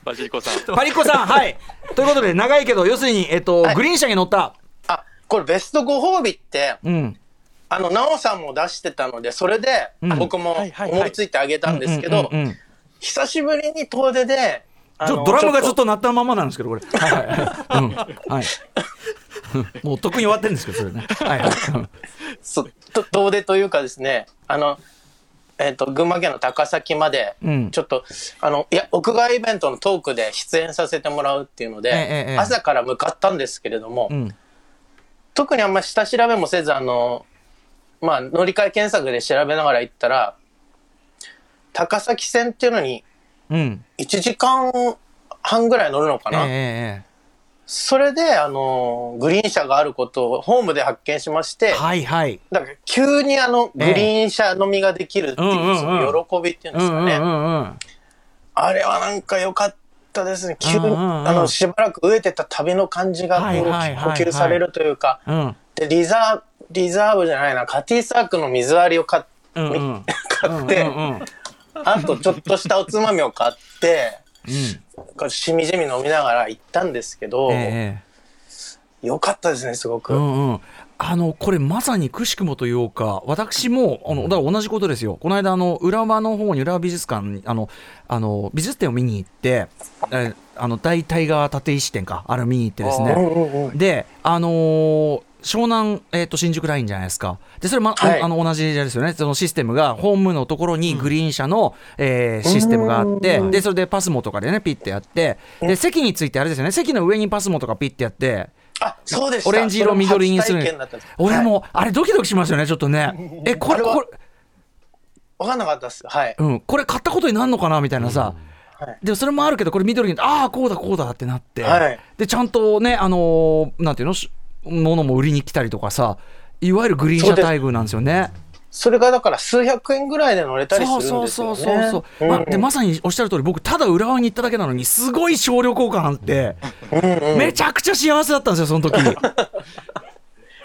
S5: バジリコさん
S3: パリッコさんはいということで長いけど要するに、えっとグリーン車に乗った
S4: あこれベストご褒美って
S3: うん
S4: あのなおさんも出してたのでそれで
S3: ん
S4: 僕も
S5: はいはいはい
S4: 思いついてあげたんですけど
S3: うんうんうんうん
S4: 久しぶりに遠出であ
S3: ち
S4: の
S3: ょっとドラムがずっと鳴ったままなんですけど、これ。はいはいはい。うんはいもう特に終わってるんですけど、それね。はいはい。
S4: そうと遠出というかですねあの、えっと群馬県の高崎まで、
S3: うん
S4: ちょっとあのいや屋外イベントのトークで出演させてもらうっていうので、
S3: ええええ
S4: 朝から向かったんですけれども、
S3: うん
S4: 特にあんま下調べもせずあの、まあ、乗り換え検索で調べながら行ったら高崎線っていうのに
S3: うん。
S4: 1時間半ぐらい乗るのか
S3: ええ
S4: な、
S3: え
S4: それであのグリーン車があることをホームで発見しまして、
S3: えはいはい。
S4: だから急にあのグリーン車飲みができるっていう
S3: ええうんうんうん
S4: その喜びっていうん
S3: う
S4: で
S3: ん
S4: す
S3: う
S4: か
S3: んう
S4: ね、
S3: んうん。
S4: あれはなんか良かったですね急に、
S3: うんうんうん
S4: あのしばらく飢えてた旅の感じがこう、
S3: はいはいはいはい
S4: 補給されるというか
S3: うん
S4: でリザーリザーブじゃないなカティサークの水割りを買っ
S3: うんうん。
S4: 買って、
S3: うんうん。
S4: あとちょっとしたおつまみを買って、こうしみじみ飲みながら行ったんですけど、
S3: ええ
S4: 良かったですねすごく、
S3: うんうん、あのこれまさにくしくもというか私もあのだから同じことですよこの間あの浦和の方に浦和美術館にあのあの美術展を見に行ってえあの大体が立石展かあれを見に行ってですね
S4: うんうんうん
S3: で、あのー湘南、えー、と新宿ラインじゃないですか、でそれ、ま
S4: はい
S3: あの同じあれですよね、そのシステムが、ホームのところにグリーン車の、えーシステムがあって、でそれでパスモとかでね、ピッてやって、で席について、あれですよね、席の上にパスモとかピッてやって、
S4: あそうでした
S3: オレンジ色、緑にする
S4: それも初体験だったんです、
S3: 俺
S4: はい
S3: も、あれ、ドキドキしますよね、ちょっとね。え、こ
S4: あ
S3: れ、
S4: れは
S3: これ、
S4: 分かんなかったですはい、
S3: うん、これ買ったことになるのかなみたいなさ、
S4: はい
S3: でもそれもあるけどこれ緑にああこうだこうだってなって、
S4: はい
S3: でちゃんとねあのーなんていうのしものも売りに来たりとかさいわゆるグリーン車待遇なんですよね。
S4: それがだから数百円ぐらいで乗れたりするんですよね
S3: そうそうそうそうそう、まあ、でまさにおっしゃる通り僕ただ浦和に行っただけなのにすごい小旅行感あって、めちゃくちゃ幸せだったんですよその 時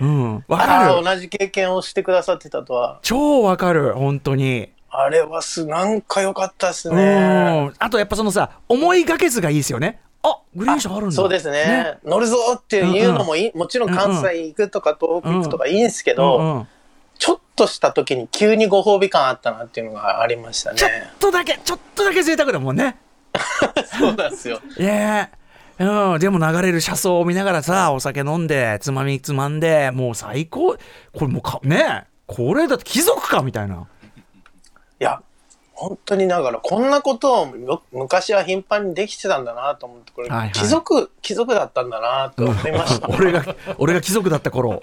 S3: うんわ
S4: あ
S3: か
S4: ー
S3: る
S4: 同じ経験をしてくださってたとは
S3: 超わかる本当に
S4: あれはすなんか良かったです
S3: う
S4: ね
S3: んあとやっぱそのさ思いがけずがいいですよねあグリーン車あるんだ
S4: そうですね乗るぞっていうのもいい、もちろん関西行くとか東北行くとかいいんですけど、
S3: うんうん
S4: ちょっとした時に急にご褒美感あったなっていうのがありましたね
S3: ちょっ とだけちょっとだけ贅沢だもんね
S4: そうなんですよ
S3: ねえうん、でも流れる車窓を見ながらさお酒飲んでつまみつまんでもう最高これもうかねえこれだって貴族かみたいない
S4: や本当にだからこんなことをよ昔は頻繁にできてたんだなと思ってこれ、
S3: はいはい
S4: 貴族貴族だったんだなと思いました
S3: 俺が俺が貴族だった頃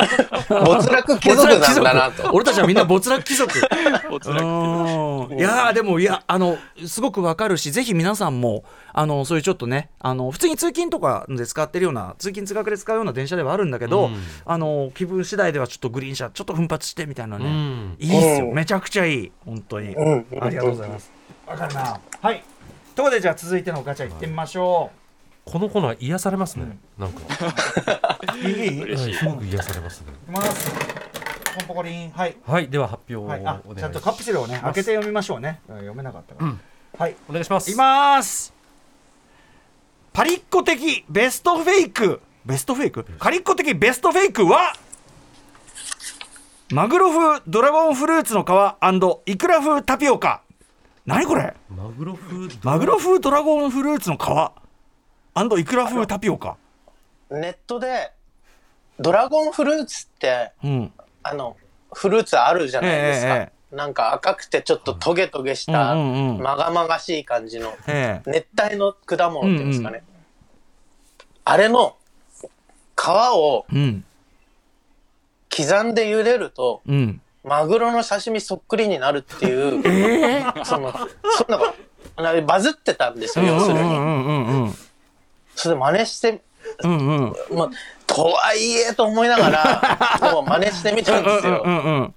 S4: 没落貴族なんだ な
S3: 没落貴族
S4: と
S3: 俺たちはみんな 没落貴族
S5: おつ
S3: う
S5: らく
S3: んいやーでもいやあのすごくわかるしぜひ皆さんもあのそういうちょっとねあの普通に通勤とかで使ってるような通勤通学で使うような電車ではあるんだけど、あの気分次第ではちょっとグリーン車ちょっと奮発してみたいなね、
S2: うん
S3: いいっすよ
S4: うん
S3: めちゃくちゃいい本当に、
S4: うん
S3: ありがとうございますわかるなはいということでじゃあ続いてのガチャ行ってみましょ
S2: このコーナー癒されますね、なんか
S3: う、いい
S5: 嬉しい
S2: すごく癒されますね
S3: いきますポンポコリンはい
S2: はいでは発表をお願
S3: は
S2: い
S3: い
S2: し
S3: あ
S2: ます、
S3: ちゃんとカプセルをね開けて読みましょうねうん読めなかったから、はい
S2: お願いします
S3: いますパリッコ的ベストフェイクベストフェイクカリッコ的ベストフェイクはマグロ風ドラゴンフルーツの皮イクラ風タピオカ何これ
S2: マグロ風ド
S3: マグロ風ドラゴンフルーツの皮イクラ風タピオカ
S4: ネットで、ドラゴンフルーツって、
S3: うん
S4: あの、フルーツあるじゃないですか。
S3: えええ
S4: なんか赤くてちょっとトゲトゲした、
S3: うんうんうん
S4: まがまがしい感じの、
S3: ええ
S4: 熱帯の果物っていうんですかね。あれの、皮を
S3: うん
S4: 刻んで茹でると、
S3: うん
S4: マグロの刺身そっくりになるっていう、その、そんなのあのバズってたんですよ、要するに。
S3: うんうんうんうん
S4: それで真似して、
S3: うんうんうん
S4: まあ、とはいえと思いなが ら、でも真似してみたんですよ。
S3: うん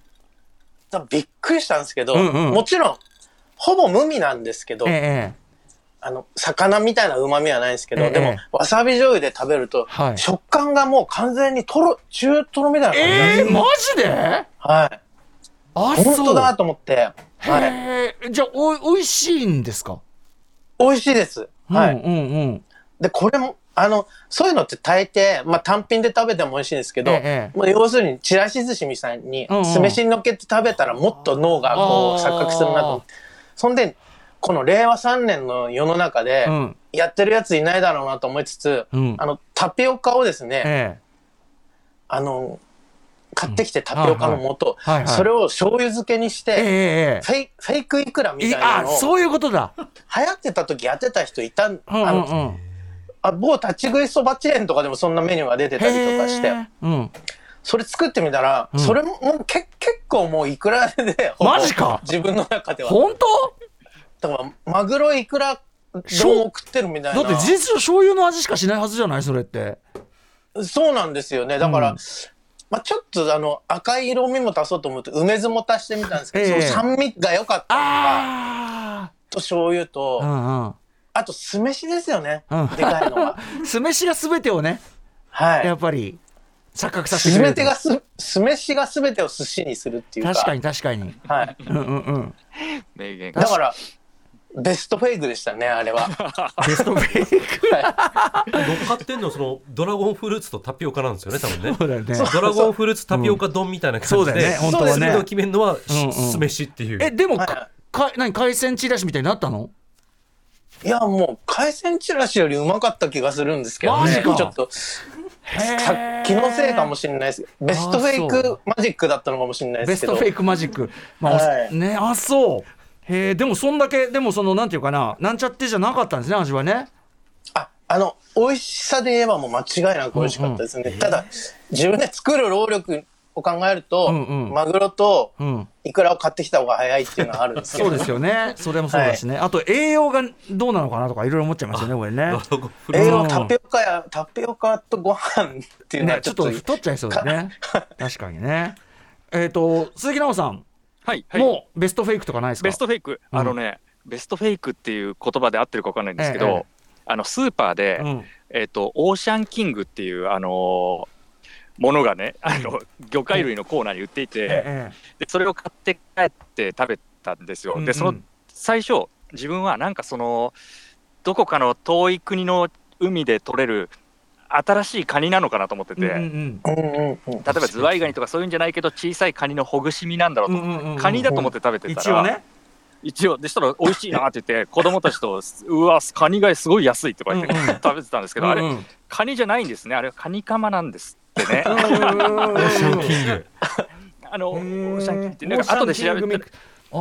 S4: だからびっくりしたんですけど、
S3: うんうん
S4: もちろん、ほぼ無味なんですけど、
S3: ええ
S4: あの、魚みたいな旨味はないんですけど、
S3: ええ
S4: でも、わさび醤油で食べると、
S3: はい
S4: 食感がもう完全にとろ、中とろみたいな感じなんで
S3: え
S4: すよ
S3: えマジで
S4: はい。
S3: あ
S4: 本当だ
S3: そう
S4: と思って、はい。
S3: へえじゃあお美味しいんですか
S4: 美味しいです。は
S3: う
S4: い。
S3: んうんうん
S4: で、これも、あの、そういうのって大抵、まあ単品で食べても美味しいんですけど、
S3: ええ
S4: もう要するに、ちらし寿司みたいに
S3: うんうん、
S4: 酢飯に乗っけて食べたらもっと脳がこう
S3: あー
S4: 錯覚するなと思って。そんで、この令和3年の世の中で
S3: う、ん
S4: やってるやついないだろうなと思いつつ、
S3: うん
S4: あの、タピオカをですね、
S3: ええ
S4: あの、買ってきてタピオカの素、
S3: はいはいはいはい
S4: それを醤油漬けにして、
S3: ええええ
S4: フェイフェイクイクラみたい
S3: い
S4: な
S3: あ
S4: のを
S3: そういうことだ。
S4: 流行ってた時やってた人いたん、
S3: うんうん
S4: あ
S3: う
S4: の
S3: ん。
S4: あ某立ち食いそばチェーンとかでもそんなメニューが出てたりとかして
S3: へー。うん。
S4: それ作ってみたら、
S3: ん
S4: それももうけ結構もういくら で
S3: マジか
S4: 自分の中では
S3: 本当？
S4: だからマグロいくら丼を食ってるみた
S3: だ
S4: いな
S3: って事実上醤油の味しかしないはずじゃないそれって。
S4: そうなんですよねだから、
S3: うん
S4: まあ、ちょっとあの赤い色味も足そうと思って梅酢も足してみたんですけど、
S3: ええ
S4: その酸味が良かったのが
S3: あ
S4: と醤油と、
S3: あ。
S4: あと酢飯ですよね、
S3: うん
S4: でかいの は
S3: うんうん。酢飯がすべてをね、
S4: はい
S3: やっぱり錯覚させてくれる
S4: 全
S3: と
S4: てがす酢飯が全てを寿司にするっていうか
S3: 確かに確かに。
S4: はい、
S3: うんうんうん。
S5: 名言
S4: だからベストフェイクでしたねあれは。
S3: ベストベイク
S2: 乗っかってんのそのドラゴンフルーツとタピオカなんですよね多分ね
S3: そうだよね。
S2: ドラゴンフルーツタピオカ丼みたいな感
S3: そう
S2: じ
S3: だよね
S2: で
S3: 本当は
S4: そう
S2: 全てを
S3: ね。
S2: 決めるのは
S3: うんうん
S2: 酢飯っていう
S3: えでも
S4: はい
S3: かか何海鮮チラシみたいになったの？
S4: いやもう海鮮チラシよりうまかった気がするんですけど
S3: マジ
S4: ねち
S3: か
S4: ょっとさ気のせいかもしれないですけどベストフェイ
S3: あそう
S4: クマジックだったのかもしれないで
S3: ベ
S4: す
S3: ス
S4: けど
S3: トフェイクマジック、まあお
S4: はい
S3: ねあそうへえでもそんだけでもそのなんていうかななんちゃってじゃなかったんですね味はね
S4: ああの美味しさで言えばもう間違いなく美味しかったですね、ただ自分で作る労力を考えると、
S3: うんうん
S4: マグロと
S3: うん
S4: イクラを買ってきた方が早いっていうのはあるんですけ
S3: そ
S4: ど
S3: うですよねそれもそうだしね、あと栄養がどうなのかなとかいろいろ思っちゃいますよねこれね
S2: ドラゴンフルー
S4: 栄
S3: う
S4: 養
S3: ん
S4: タピオカやタピオカとご飯っていうの
S3: ね
S4: は
S3: ち
S4: ち
S3: ょ
S4: ょ
S3: っと
S4: っと、
S3: 太っちゃいそうだね確かにねえっ、と鈴木奈緒さん、
S5: はい、はい、
S3: もうベストフェイクとかないですか
S5: ベストフェイク、
S3: うん
S5: あのねベストフェイクっていう言葉で合ってるかわかんないんですけど、
S3: ええ
S5: あのスーパーで、
S3: うん
S5: えっとオーシャンキングっていうあのーものがねあの魚介類のコーナーに売っていて、
S3: え
S5: でそれを買って帰って食べたんですよ。
S3: え
S5: でその最初自分はなんかそのどこかの遠い国の海で取れる新しいカニなのかなと思ってて、
S3: うんうん
S5: 例
S3: うん
S4: うんうんうん、
S5: えばズワイガニとかそういうんじゃないけど小さいカニのほぐし身なんだろう
S3: う
S5: と、
S3: んうんうん
S5: カニだと思って食べてたら
S3: 一応ね
S5: 一応でしたら美味しいなって言って子供たちと「うわカニがすごい安い」とか言って
S3: うんうん
S5: 食べてたんですけど、
S3: うん
S5: あ
S3: う
S5: れ
S3: ん
S5: カニじゃないんですねあれはカニカマなんですって ね
S3: うんうん
S2: ツシャンキング
S5: あのオーシャンキングって
S3: へー
S5: なんか後で調べ
S3: オーシャンキングミッ
S5: て
S3: クスあ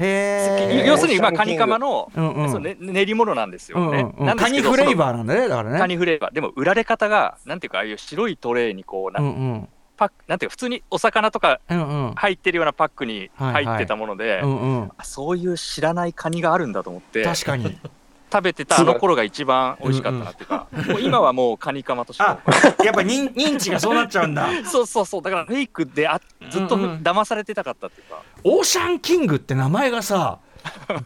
S3: へえ
S5: 要するにまあ
S4: オーシャンキング
S5: カニカマの
S3: うんうん
S5: そのね練り物なんです
S3: うん
S5: よ
S3: う
S5: ね
S3: んうん
S5: なんで
S3: カ
S5: す
S3: ニ
S5: けど
S3: フレーバーなんだねだから
S5: そ
S3: ね
S5: のカニフレーバーでも売られ方がなんていうかああいう白いトレーにこう
S3: う
S5: なん
S3: うん
S5: パックなんていうか普通にお魚とか
S3: うんうん
S5: 入ってるようなパックに入ってたもので
S3: うんうん
S5: あそういう知らないカニがあるんだと思って
S3: 確かに
S5: 食べてたあの頃が一番美味しかったなっていうか、もう今はもうカニカマとしか
S3: あやっぱ認認知がそうなっちゃうんだ
S5: そうそうそうだからフェイクであずっとふ
S3: うんうん
S5: 騙されてたかったっていうか、
S3: オーシャンキングって名前がさ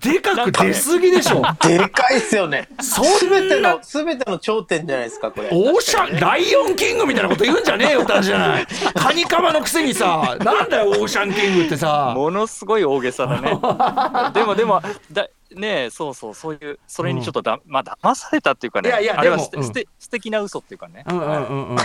S3: でかく出すぎでしょ
S4: でかいっすよね。
S3: そ
S4: すべて
S3: んな
S4: の、すべての頂点じゃないですか、これ。
S3: オーシャン、ライオンキングみたいなこと言うんじゃねえよって話じゃないカニカマのくせにさなんだよオーシャンキングってさ
S5: ものすごい大げさだねでもでもだねえそうそうそういうそれにちょっとだ、まあ騙されたっていうかね
S3: いやいや
S5: あれは
S3: でも
S5: すて、
S3: うん
S5: すて素敵な嘘っていうかね、
S3: うんうんうんうん。エン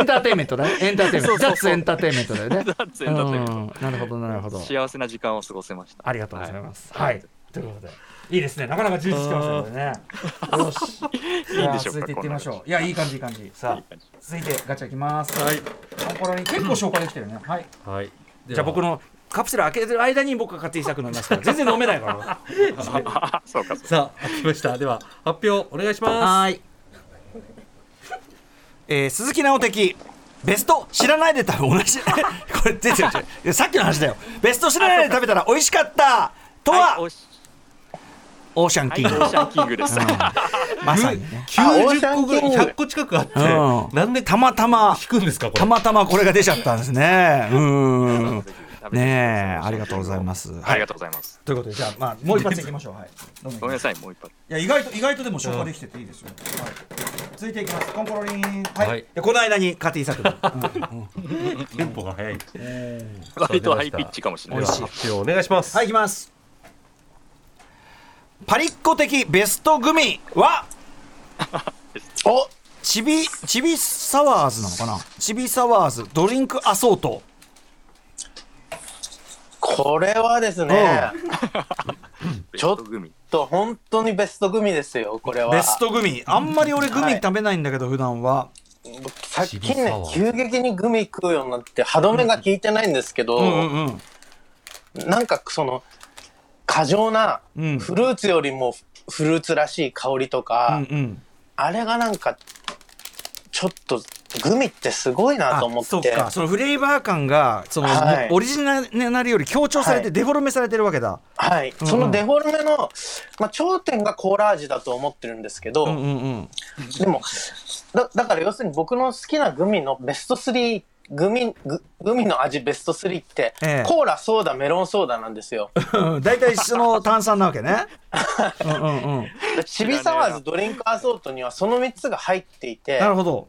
S3: エンターテインメントだね。エンターテインメント。
S5: そうそうそう
S3: 雑エンターテインメントだ よね。
S5: 雑エンターテインメント
S3: うんなるほどなるほど。
S5: 幸せな時間を過ごせました
S3: ありがとうございます。はい。ということで。いいですね。なかなか充実してますよね。これねよし。
S5: いいんでしょう
S3: じゃ
S5: か
S3: あ続いていってみまし
S5: こ
S3: ょう。いや、いい感じ、いい感じ。さあ、続いてガチャいきます。はい。これ結構紹介できてるね。はい。
S2: はい。じ
S3: じゃあ僕のカプセル開けてる間に僕が勝手にしたくなりますから、全然飲めないから。
S5: あそうかそう
S2: さあ開きました。では発表お願いしま
S3: はい。 えー、鈴木直的。ベスト知らないで食べ同じ これ出てる違ういやさっきの話だよベスト知らないで食べたら美味しかったと
S5: か
S3: は、
S5: はいおし
S3: オーシャン
S5: は
S3: キ
S5: い
S3: ン
S5: オ
S3: グ、
S5: ーシャンキングです、
S3: まさにね、
S2: す。
S4: あオー
S2: 90
S4: シャン
S2: 個ぐらい
S4: キング
S2: 100個近くあって、
S3: うん
S2: なんで
S3: たまたま
S2: 引くんですかこれ。
S3: たまたまこれが出ちゃったんですね。うん。ねえ、ありがとうございますす。
S5: ありが
S3: と
S5: とうございます
S3: う。ということで、じゃあ、まあ、もう一発いきましょう。はい。どんどん行き
S5: ご
S3: ま
S5: めんな
S3: す
S5: さいもう一発
S3: いや、意外と、意外とでも消化できてていいですよ。はい。続いていきます。コンコロリン。はい。
S2: はい
S3: でこの間にカティ 作文。うんうん
S2: テンポが早い。
S5: 割とハイピッチかもしれ
S2: で
S5: ない
S2: は
S5: です
S2: 発表お願いします。
S3: はい、いきます。パリッコ的ベストグミは。
S4: お
S3: チビ、チビサワーズなのかな。チビサワーズ、ドリンクアソート。
S4: これはですね、
S5: ベストグミ
S4: と本当にベスト組ですよ、これは。
S3: ベストグミ。あんまり俺グミ食べないんだけど、普段は。
S4: さっき
S2: 渋
S4: ね
S2: 沢、
S4: 急激にグミ食うようになって、歯止めが効いてないんですけど、
S3: うんうん。
S4: なんかその、過剰な
S3: うん
S4: フルーツよりもフルーツらしい香りとか、
S3: うんうん。
S4: あれがなんか、ちょっと、グミってすごいなと思って。
S3: そうかそのフレーバー感がその、
S4: はい
S3: オリジナルより強調されて、
S4: はい
S3: デフォルメされてるわけだ
S4: はい、
S3: ん
S4: そのデフォルメの、まあ、頂点がコーラ味だと思ってるんですけど、
S3: うんうんうん
S4: でもだだから要するに僕の好きなグミのベスト3グミググミの味ベスト3って、
S3: ええ
S4: コーラソーダメロンソーダなんで すよ
S3: うん大体その炭酸なわけ ねうんうんうん
S4: でチビサワーズドリンクアソートにはその3つが入っていて
S3: なるほど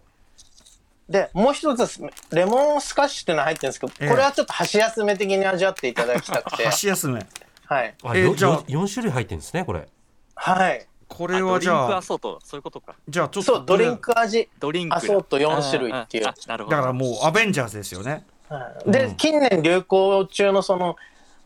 S4: でもう一つレモンスカッシュっていうのが入ってるんですけど、
S3: ええ
S4: これはちょっと箸休め的に味わっていただきた くて
S3: 箸休め
S4: はい
S2: あ
S3: えー
S2: よ
S3: じゃあ
S2: よ四種類入ってるんですねこれ。
S4: はい
S3: こ
S5: こ
S3: れはじ
S5: ドリンク
S3: ゃあ
S5: アソートそういうことか
S3: じゃあちょっと
S4: そうドリンク味
S5: ドリンク
S4: アソート4種類っていう
S5: あああなるほど
S3: だからもうアベンジャーズですよね
S4: はいで、近年流行中のその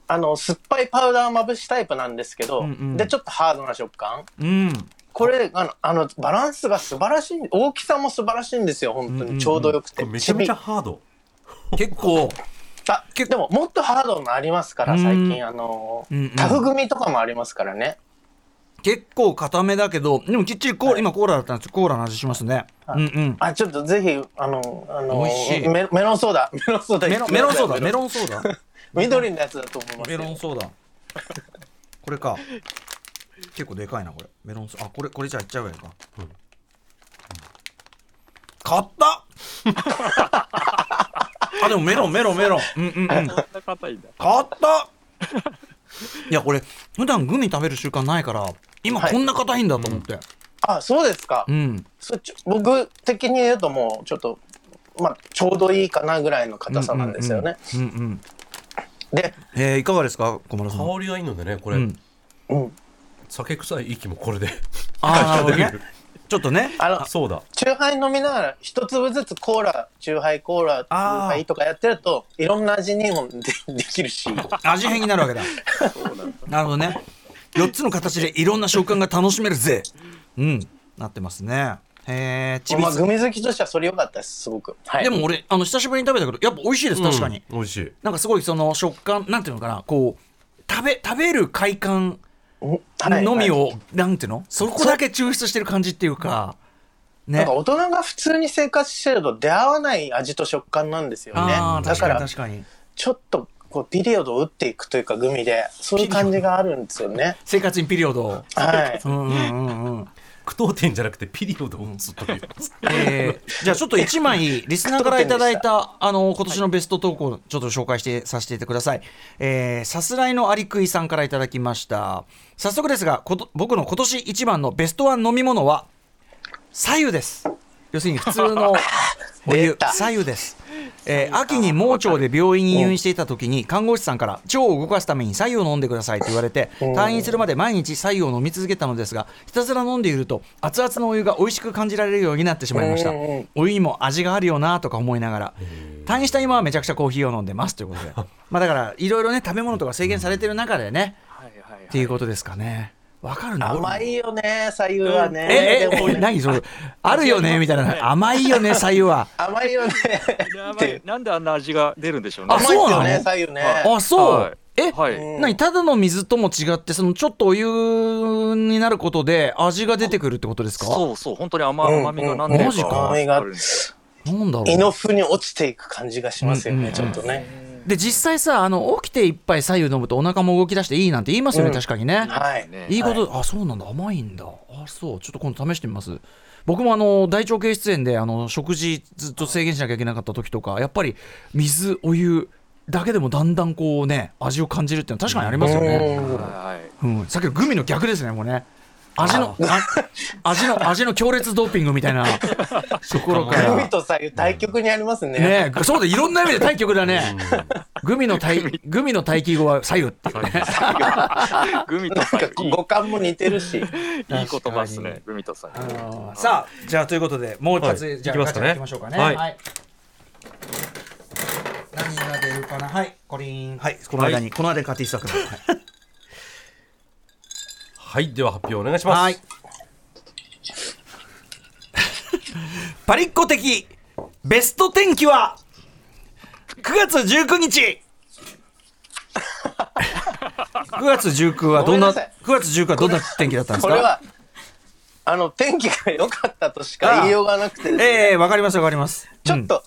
S4: あの酸っぱいパウダーまぶしタイプなんですけど、
S3: うんうん
S4: でちょっとハードな食感
S3: うん
S4: これあのあのバランスが素晴らしい大きさも素晴らしいんですよ本当
S3: うんうん
S4: にちょうどよく
S2: こ
S4: て、
S2: れめちゃめちゃハード。
S3: 結構
S4: あでももっとハードもありますから最近あの、
S3: うんうん
S4: タフ組とかもありますからね
S3: 結構固めだけどでもきっちりコーラ、今コーラだったんですけどコーラの味しますね、うんうん
S4: あちょっとぜひあのあの
S3: 美味しい
S4: メメロンソーダメロンソーダ
S3: メロンメロンソーダ
S4: メ
S3: メ
S4: ロン
S3: ロンソーダ
S4: 緑のやつだと思います
S3: メ
S4: よ
S3: ロンソーダこれか結構でかいなこれメロンソーダあこれこれじゃあいっちゃうやんか、
S2: うん
S3: 買った あでもメロンメロンメロンうんうんうん買っ
S5: そんな硬いんだ
S3: たいやこれ普段グミ食べる習慣ないから今
S4: はい
S3: こんな硬いんだと思って、
S4: あそうですか、
S3: うん
S4: そっち僕的に言うともうちょっと、まあ、ちょうどいいかなぐらいの硬さなんですよね。
S3: うんうん
S4: で、
S3: えー、いかがですか小村さん
S2: 香りがいいのでねこれ、
S3: うん
S4: うん、
S2: 酒臭い息もこれで。
S3: あーなるほどねちょっとね
S4: あの
S2: そうだ。
S4: チューハイ飲みながら一粒ずつコーラチューハイコーラチューハイとかやってるといろんな味にもでできるし
S3: 味変になるわけだなるほどね4つの形でいろんな食感が楽しめるぜうんなってますねへえちび
S4: まあ
S3: す
S4: グミ好きとしてはそれ良かったですすごく、はい、
S3: でも俺あの久しぶりに食べたけどやっぱ美味しいです確かに、
S2: うん美味しい。
S3: なんかすごいその食感なんていうのかなこう食べ食べる快感
S4: はい
S3: のみを、
S4: はい
S3: なんていうのそこだけ抽出してる感じっていうか
S4: な
S3: ね
S4: んか大人が普通に生活してると出会わない味と食感なんですよね
S3: あー
S4: だ
S3: 確
S4: か
S3: かに
S4: ら
S3: 確かに
S4: ちょっとこうピリオドを打っていくというかグミでそういう感じがあるんですよね
S3: 生活にピリオドを
S4: はい
S3: うんうんうんうん
S2: 句読点じゃなくてピリオドを打つという。
S3: えーじゃあちょっと1枚リスナーからいただいたあの今年のベスト投稿ちょっと紹介してさせてくださいえーさすらいのアリクイさんからいただきました早速ですがこと僕の今年一番のベストワン飲み物は 左右です要するに普通のお湯
S4: 出た
S3: 左右ですえー秋に盲腸で病院に入院していた時に看護師さんから腸を動かすために白湯を飲んでくださいと言われて退院するまで毎日白湯を飲み続けたのですがひたすら飲んでいると熱々のお湯が美味しく感じられるようになってしまいましたお湯にも味があるよなとか思いながら退院した今はめちゃくちゃコーヒーを飲んでますという ことでまあだからいろいろね食べ物とか制限されてる中でね
S5: はいはいはい
S3: っていうことですかねわかるな
S4: 甘いよね、左右はね。
S3: え
S4: でも
S3: ええ何それあるよねみたいな甘いよね白湯は
S4: 甘いよね。
S5: や
S4: っ
S5: ば
S4: てい。
S5: いうなんであんな味が出るんでしょうね
S3: あ
S4: 甘いっす
S3: そうなの
S4: よね、左右ね。
S3: あそう、
S5: はい
S3: え、
S5: はい
S4: うん
S3: 何ただの水とも違ってそのちょっとお湯になることで味が出てくるってことですか
S5: そうそう本当に甘,、
S4: うん
S5: 甘みが何で
S3: マジか
S5: あるんだよ
S3: なんだろ
S4: 胃の
S3: う
S4: 腑に落ちていく感じがしますよ
S3: うんうんう
S4: ね、
S3: ん
S4: ちょっとね。
S3: で実際さあの起きて一杯左右飲むとお腹も動き出していいなんて言いますよね、
S4: うん
S3: 確かにね、
S4: はい。
S5: ね
S3: いいこと、あそうなんだ甘いんだあそうちょっと今度試してみます僕もあの大腸系出炎であの食事ずっと制限しなきゃいけなかった時とかやっぱり水お湯だけでもだんだんこうね味を感じるっていうのは確かにありますよね、
S4: うん
S5: はいはい
S3: うん、さっきのグミの逆ですねもうね味のあ味の味の強烈ドーピングみたいなところから
S4: 海と左右、対極にありますね。
S3: ねえそうだいろんな意味で対局だねグミの対グミの待機語は左右っていうね
S5: グミと
S4: なん
S5: さ
S4: か
S5: いい
S4: 五感も似てるし。
S5: いい言葉ですねグミとさん
S3: さあじゃあということでもう一つ、
S2: はい
S3: じゃあ
S2: いきますかね
S3: ガチャいきましょうかね
S2: はい
S3: 何が出るかなはいコリーンはいこの間に、この間に買っていただくのはい
S2: はいでは発表お願いします
S3: はいパリッコ的ベスト天気は9月19日 9月19日はどんな
S4: ごめんなさい
S3: 9月19日はどんな天気だったんです
S4: こ
S3: か
S4: れは、あの、天気が良かったとしか言いようがなくてですね、
S3: ええわかりますわかります
S4: ちょっ、と、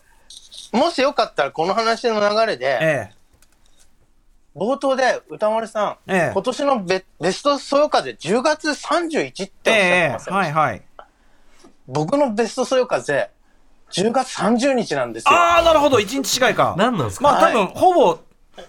S4: もしよかったらこの話の流れ
S3: うん
S4: で、
S3: え
S4: 冒頭で歌丸さん、
S3: ええ
S4: 今年のベベストそよ風10月31
S3: え
S4: っておっしゃって
S3: え
S4: ま
S3: え
S4: すよね
S3: はいはい
S4: 僕のベストそよ風10月30日なんですよ。
S3: ああなるほど一日違いか
S2: 何なんですか
S3: まあ多
S4: はい
S3: 分ほぼ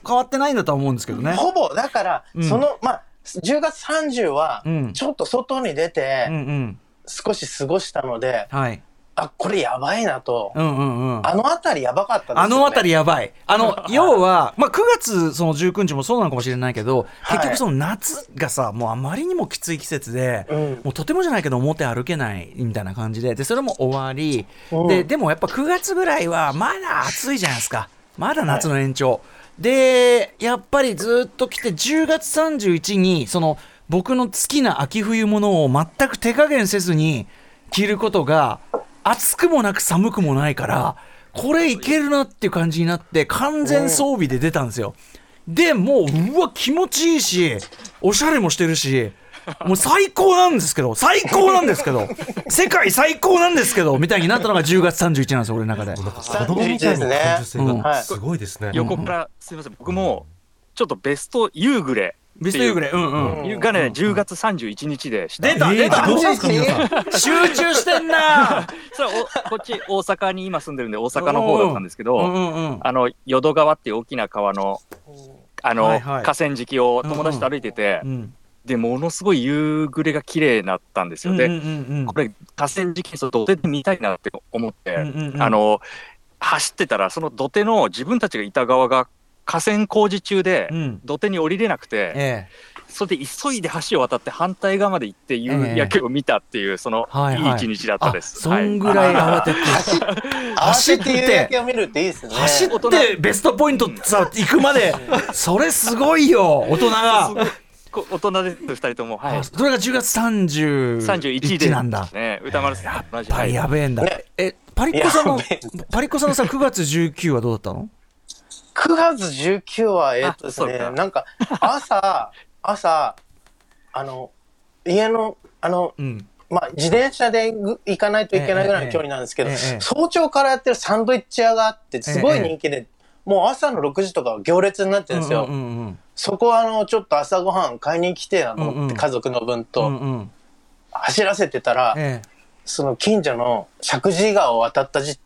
S3: 変わってないんだとは思うんですけどね
S4: ほぼだから、
S3: うん
S4: そのまあ10月30は
S3: うん
S4: ちょっと外に出
S3: う
S4: て
S3: んうん
S4: 少し過ごしたので、
S3: はい
S4: あこれやばいなと、
S3: うんうんうん
S4: あの辺りやばかったですよね。
S3: あの辺りやばい。あの、要は、まあ、9月その19日もそうなのかもしれないけど、
S4: はい
S3: 結局その夏がさ、もうあまりにもきつい季節で、
S4: うん
S3: もうとてもじゃないけど表歩けないみたいな感じで、で、それも終わり、
S4: うん
S3: で、でもやっぱ9月ぐらいはまだ暑いじゃないですか。まだ夏の延長。で、やっぱりずっと来て、10月31に、その、僕の好きな秋冬物を全く手加減せずに着ることが、暑くもなく寒くもないから、これいけるなっていう感じになって、完全装備で出たんですよ。で、もう、うわ、気持ちいいし、おしゃれもしてるし、もう最高なんですけど、最高なんですけ ど、世界最高なんですけど、みたいになったのが10月31なんですよ、俺の中で。
S2: なんか子供みたいな感受性
S4: は
S2: が
S4: い
S2: すごいですね、
S5: 横からすみません僕もちょっとベスト夕暮れ
S3: ベストユーグレ、うんうん。
S5: 夕がね10月31日でした
S3: 出た、
S2: えー
S3: 出た、
S2: どう
S4: ですか皆さ
S3: 集中してんな
S5: それはおこっち大阪に今住んでるんで大阪の方だったんですけ
S3: うん
S5: ど
S3: うんうん。
S5: あの淀川っていう大きな川のあの、
S3: はいはい
S5: 河川敷を友達と歩いてて、
S3: うん
S5: でものすごい夕暮れが綺麗になったんです
S3: うんう
S5: よ、
S3: んう
S5: で
S3: ん
S5: これ河川敷そう土手で見たいなって思って、
S3: うんうん
S5: あの走ってたらその土手の自分たちがいた側が河川工事中で、
S3: うん
S5: 土手に降りれなくて、
S3: ええ
S5: それで急いで橋を渡って反対側まで行って夕焼けを見たっていうその
S3: はい
S5: い
S3: はい
S5: い一日だった
S3: あ
S5: で、す。
S3: そんぐらい慌てて。走
S4: 走
S3: っ
S4: ってて夕焼けを見るっていいですね。
S3: 走ってベストポイントさ、行くま で、それすごいよ、大人が。
S5: こ大人です2人とも、はい
S3: あ、それが10月31
S5: 31
S3: 日
S5: で
S3: なんだ。
S5: ね、歌丸さんと同じ、
S3: やっぱりやべえんだ。
S4: ね
S3: え、パリッコさんの
S4: やべえん、
S3: パリッコさんのさ、9月19はどうだったの
S4: 9月19は、えーっとです
S5: あそう
S4: ね
S5: か、
S4: なんか、朝、朝、あの、家の、あの、
S3: うん。
S4: まあ、自転車でぐ行かないといけないぐらいの距離なんですけど、
S3: ええええええ
S4: 早朝からやってるサンドイッチ屋があって、すごい人気で、もう朝の6時とかは行列になってるんですよ。
S3: うんうんうん
S4: そこは、あの、ちょっと朝ごはん買いに来てえなと思って、
S3: うんうん
S4: 家族の分
S3: う
S4: と、
S3: んうん。
S4: 走らせてたら、
S3: え
S4: その近所の石神井川を渡ったじ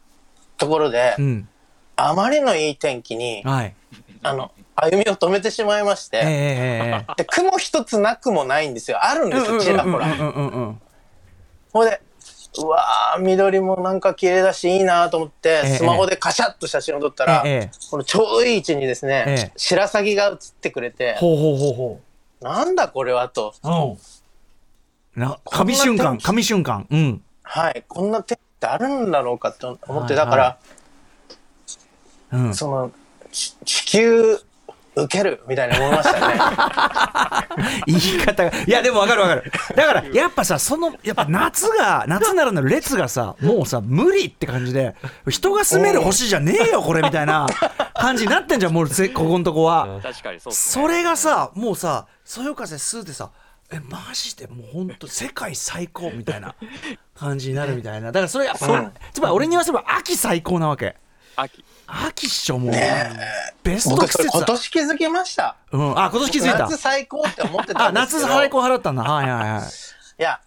S4: ところで、
S3: え。うん。
S4: あまりのいい天気に、
S3: はい。
S4: あの、歩みを止めてしまいまして、
S3: えええ
S4: で雲一つなくもないんですよあるん
S3: えええ。
S4: ですよちらほら
S3: うんうんうんうんうんうん。
S4: ほいでうわー、緑もなんか綺麗だし、いいなと思って、
S3: ええ
S4: スマホでカシャッと写真を撮ったら、
S3: ええ
S4: このちょうどいい位置にですね、
S3: ええ
S4: 白鷺が写ってくれて、
S3: ほうほうほうほ
S4: なんだこれはと。
S3: う。うん。な、神瞬間、神瞬間。うん。
S4: はい、こんな手ってあるんだろうかと思って、
S3: はい
S4: だから、
S3: うん。
S4: その、ち地球受けるみたいに思い ましたね。
S3: 言い方が。いや、でもわかるわかる。だから、やっぱさ、その、やっぱ夏が、夏ならの列がさ、もうさ、無理って感じで、人が住める星じゃねえよ、これ、みたいな感じになってんじゃん、もうぜ、ここのとこは。
S5: 確かにそうですね
S3: それがさもうさそよ風スーでさえマジでもうほんと世界最高みたいな感じになるみた いなだからそれやっぱ
S4: そう
S3: つまり俺に言わせれば秋最高なわけ
S5: 秋
S3: 秋っしょもう、ベスト
S4: 僕、
S3: 季
S4: それ
S3: 節
S4: 今
S3: だ、
S4: 年気づきました。
S3: うん、あ今年気づいた
S4: 夏最高って思ってた
S3: あ
S4: んですけ
S3: 夏
S4: ど。
S3: 最高払ったんだはいはい はい
S4: いや、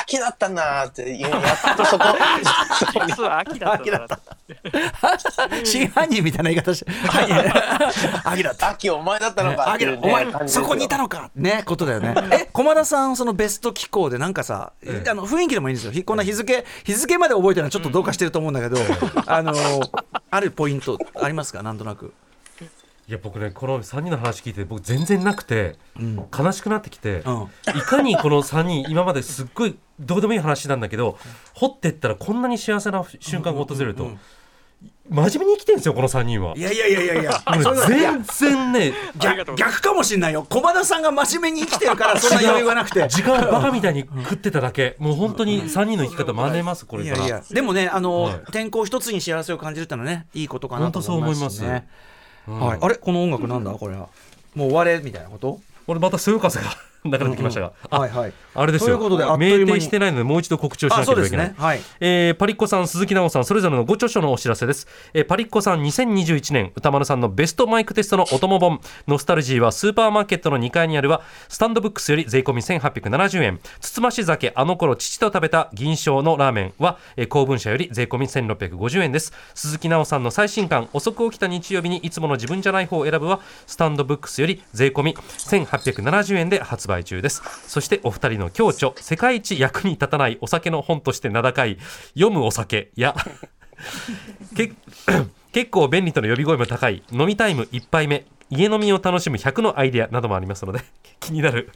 S4: 秋だったんだなーって、やっとそこ、
S5: 実は秋だった
S3: 秋だった真犯人みたいな言い方して犯人 秋だった
S4: 秋お前だったのかっ
S3: 秋
S4: て
S3: だ
S4: いう、
S3: お
S4: ね
S3: 前そこにいた
S4: の
S3: のかねことだよねえ駒田さんそのベスト機構でなんかさ、あの雰囲気でもいいんですよひこんな日付日付まで覚えてるのはちょっとどうかしてると思うんだけど、あのあるポイントありますかなんとなく
S2: いや僕ねこの3人の話聞いて僕全然なくて、
S3: ん
S2: 悲しくなってきて、
S3: うん
S2: いかにこの3人今まですっごいどうでもいい話なんだけど掘ってったらこんなに幸せな瞬間が訪れると、真面目に生きてるんですよこの3人は。
S3: いやいやいやいやいや
S2: 僕ね
S3: そういうのいや
S2: 全然ね
S5: ありが
S3: 逆
S5: とうございま
S3: 逆かもしれないよ駒田さんが真面目に生きてる からそんな余裕がなくて
S2: 時間をバカみたいに食ってただけもう本当に3人の生き方真似ますこれ
S3: い
S2: か
S3: や
S2: ら
S3: いやでもねあの、
S2: はい
S3: 天候一つに幸せを感じるってのはねいいことかなと思いますね
S2: 本当そう思いますうん
S3: はい、あれこの音楽なんだこれはもう終われみたいなこと
S2: 俺またそよ風が 流れてきましたが、あ
S3: はいはい
S2: あれですよ
S3: ということであっという間
S2: 明定
S3: に
S2: してないのでもう一度告知をしなければいけない、
S3: あそうですねはい
S2: えーパリッコさん鈴木奈緒さんそれぞれのご著書のお知らせです、えーパリッコさん2021年歌丸さんのベストマイクテストのお供本「ノスタルジーはスーパーマーケットの2階にある」はスタンドブックスより税込み1870円「つつまし酒あの頃父と食べた銀賞のラーメンは」えー公文社より税込み1650円です鈴木奈緒さんの最新刊「遅く起きた日曜日にいつもの自分じゃない方を選ぶ」はスタンドブックスより税込み1870円で発売中ですそしてお二人の共著「世界一役に立たないお酒の本として名高い読むお酒」や け 結構便利との呼び声も高い飲みタイム1杯目家飲みを楽しむ100のアイデアなどもありますので気になる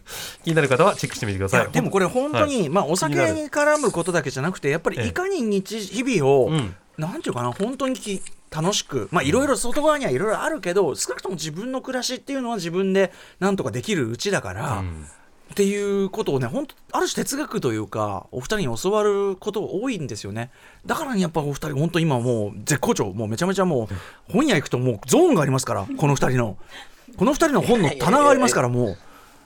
S2: 気になる方はチェックしてみてくだ
S3: い
S2: さ
S3: や
S2: い
S3: でもこれ本当に、
S2: はい
S3: まあお酒
S2: 気になる
S3: に絡むことだけじゃなくてやっぱ
S2: え
S3: り
S2: え
S3: いかに日日々を、
S2: うん
S3: なんていうかな本当にき楽しくまあいろいろ外側にはいろいろあるけど少なくとも自分の暮らしっていうのは自分でなんとかできるうちだから、
S2: うん
S3: っていうことをね本当ある種哲学というかお二人に教わることが多いんですよねだからねやっぱお二人本当今もう絶好調もうめちゃめちゃもう本屋行くともうゾーンがありま すからこの二人のこの二人の本の棚がありますからもう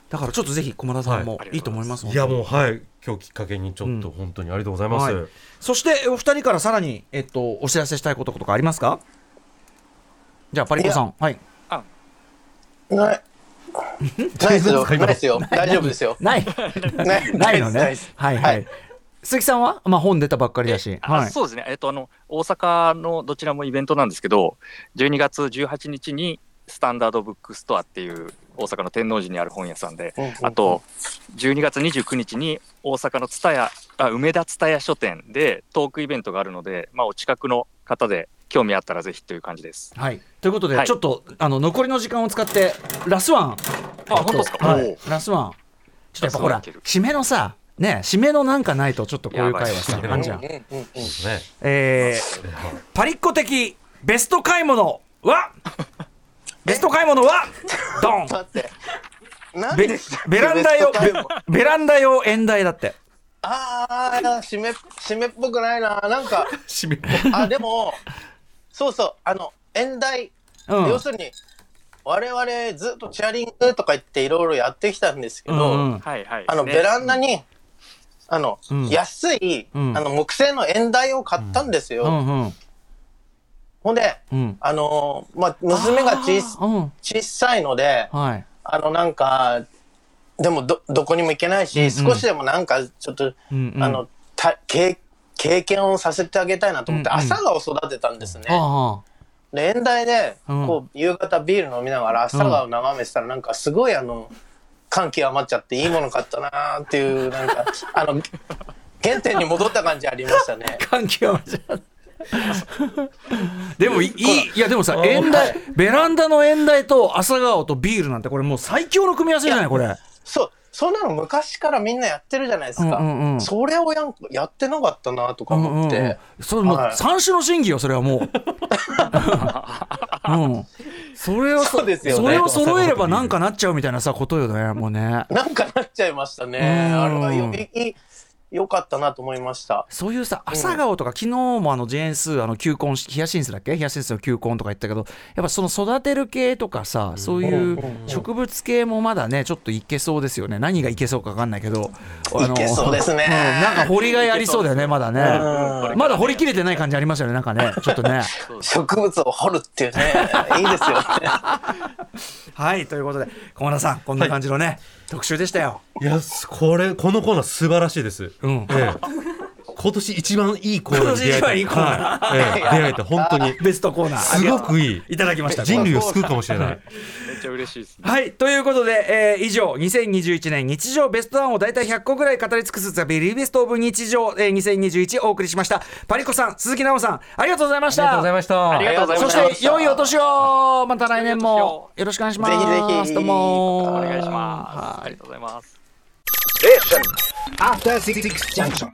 S3: だからちょっとぜひ駒田さんも
S5: はい
S3: いいと思います
S2: いやもうはい今日きっかけにちょっと本当にありがとうございます、
S3: はいそしてお二人からさらに、えっと、お知らせしたいこととかありますかじゃあパリコさんはい
S4: ない。 ないですよ。ないですよ。大丈夫ですよ。
S3: ない
S4: ない
S3: ないの
S4: ない
S3: ね
S4: です
S3: はいはい、
S4: はい
S3: 鈴木さんは、まあ、本出たばっかりだし、
S5: あ
S3: はい、
S5: そうですね、えっとあの、大阪のどちらもイベントなんですけど、12月18日にスタンダードブックストアっていう大阪の天王寺にある本屋さんで、あと12月29日に大阪の蔦屋あ梅田蔦屋書店でトークイベントがあるので、まあ、お近くの方で興味あったらぜひという感じです。
S3: はい、ということで、
S5: はい
S3: ちょっとあの残りの時間を使ってラスワン
S5: あ、本当ですか、
S3: は
S5: お
S3: い
S5: ー、
S3: ラスワンちょっとやっぱほ
S5: ラス
S3: ら
S5: ワンいける
S3: 締めのさね締めのなんかないとちょっとこういう会話さ
S2: やばい
S3: あんじゃん、
S4: うんうんうんうん
S2: そうですね
S3: えーパリッコ的ベスト買い物はベスト買い物はドン
S4: 待って。なん
S3: ベ
S4: でしたっけ
S3: ベランダ
S4: ベ
S3: 用
S4: ストタイム
S3: ベベランダ用縁台だって
S4: ああ、締め、締めっぽくないな。なんか、
S2: 締め
S4: あ、でも、そうそう、あの、演題、
S3: うん
S4: 要するに、我々ずっとチェアリングとか言っていろいろやってきたんですけ
S3: う
S4: ど、
S3: んうん
S5: はいはい、
S4: あの、
S5: ね
S4: ベランダに、あの、
S3: ん
S4: 安い、
S3: うん
S4: あの、木製の演台を買ったんですよ。
S3: うんうん
S4: ほんで、
S3: うん
S4: あのーまあ、娘が小
S3: あーうん
S4: 小さいので、
S3: はい
S4: あの、なんか、でもど、どこにも行けないし、
S3: うんうん
S4: 少しでもなんか、ちょっと、
S3: うんうん
S4: あの、た経経験をさせてあげたいなと思って、
S3: うんうん
S4: 朝顔を育てたんですね。
S3: あ
S4: で、演台で、
S3: うん
S4: こう、夕方ビール飲みながら朝顔を眺めてたら、なんか すごいあの、感極まっちゃっていいもの買ったなーっていう、なんか、あの、原点に戻った感じありましたね。
S3: 感極まっちゃう でもいいいやでもさ縁台ベランダの縁台と朝顔とビールなんてこれもう最強の組み合わせじゃないこれ
S4: そう、そんなの昔からみんなやってるじゃないですか。
S3: うんうんうん
S4: それをやんやってなかったなとか
S3: うんうん
S4: 思
S3: う
S4: っ
S3: ん
S4: て、
S3: それもう
S4: はい
S3: 三種の神器よそれは もう、うん、それをそ
S4: そうですよね
S3: それを揃えればなんかなっちゃうみたいなさことよねもうね
S4: なんかなっちゃいましたね。
S3: うん
S4: あれはよいい良かったなと思いました。
S3: そういうさ朝顔とか昨日もあのジェーンスーあの球根ヒヤシンスだっけヒヤシンスの球根とか言ったけどやっぱその育てる系とかさそういう植物系もまだねちょっといけそうですよね何がいけそうか分かんないけどあの
S4: いけそうですね
S3: んなんか掘りがいありそうだよねまだね
S4: うん
S3: まだ掘り切れてない感じありますよねなんか ねちょっとね
S4: 植物を掘るっていうね、 いいですよね。
S3: はいということで小村さんこんな感じのね、特集でしたよ
S2: いやこれこのコーナー素晴らしいです、
S3: うん
S2: ええ今年一番いいコーナーに出会えた
S3: 今年一番いいコーナ
S2: はいええ出会えた本 当に
S3: ベストコーナー
S2: すごくいい
S3: いただきました
S2: 人類を救うかもしれない
S5: めっちゃ嬉しいですね。
S3: はい。ということで、えー以上、2021年日常ベストワンを大体100個ぐらい語り尽くすザ・ベリーベストオブ日常、えー2021お送りしました。パリコさん、鈴木奈緒さん、ありがとうございました。
S2: ました
S5: ありがとうございました。
S3: そして、良いお年をまた来年もよろしくお願いします。
S4: ぜひぜひ
S3: どうも。
S5: お願いします。ありがとうございます。
S6: Station. After Six Junction.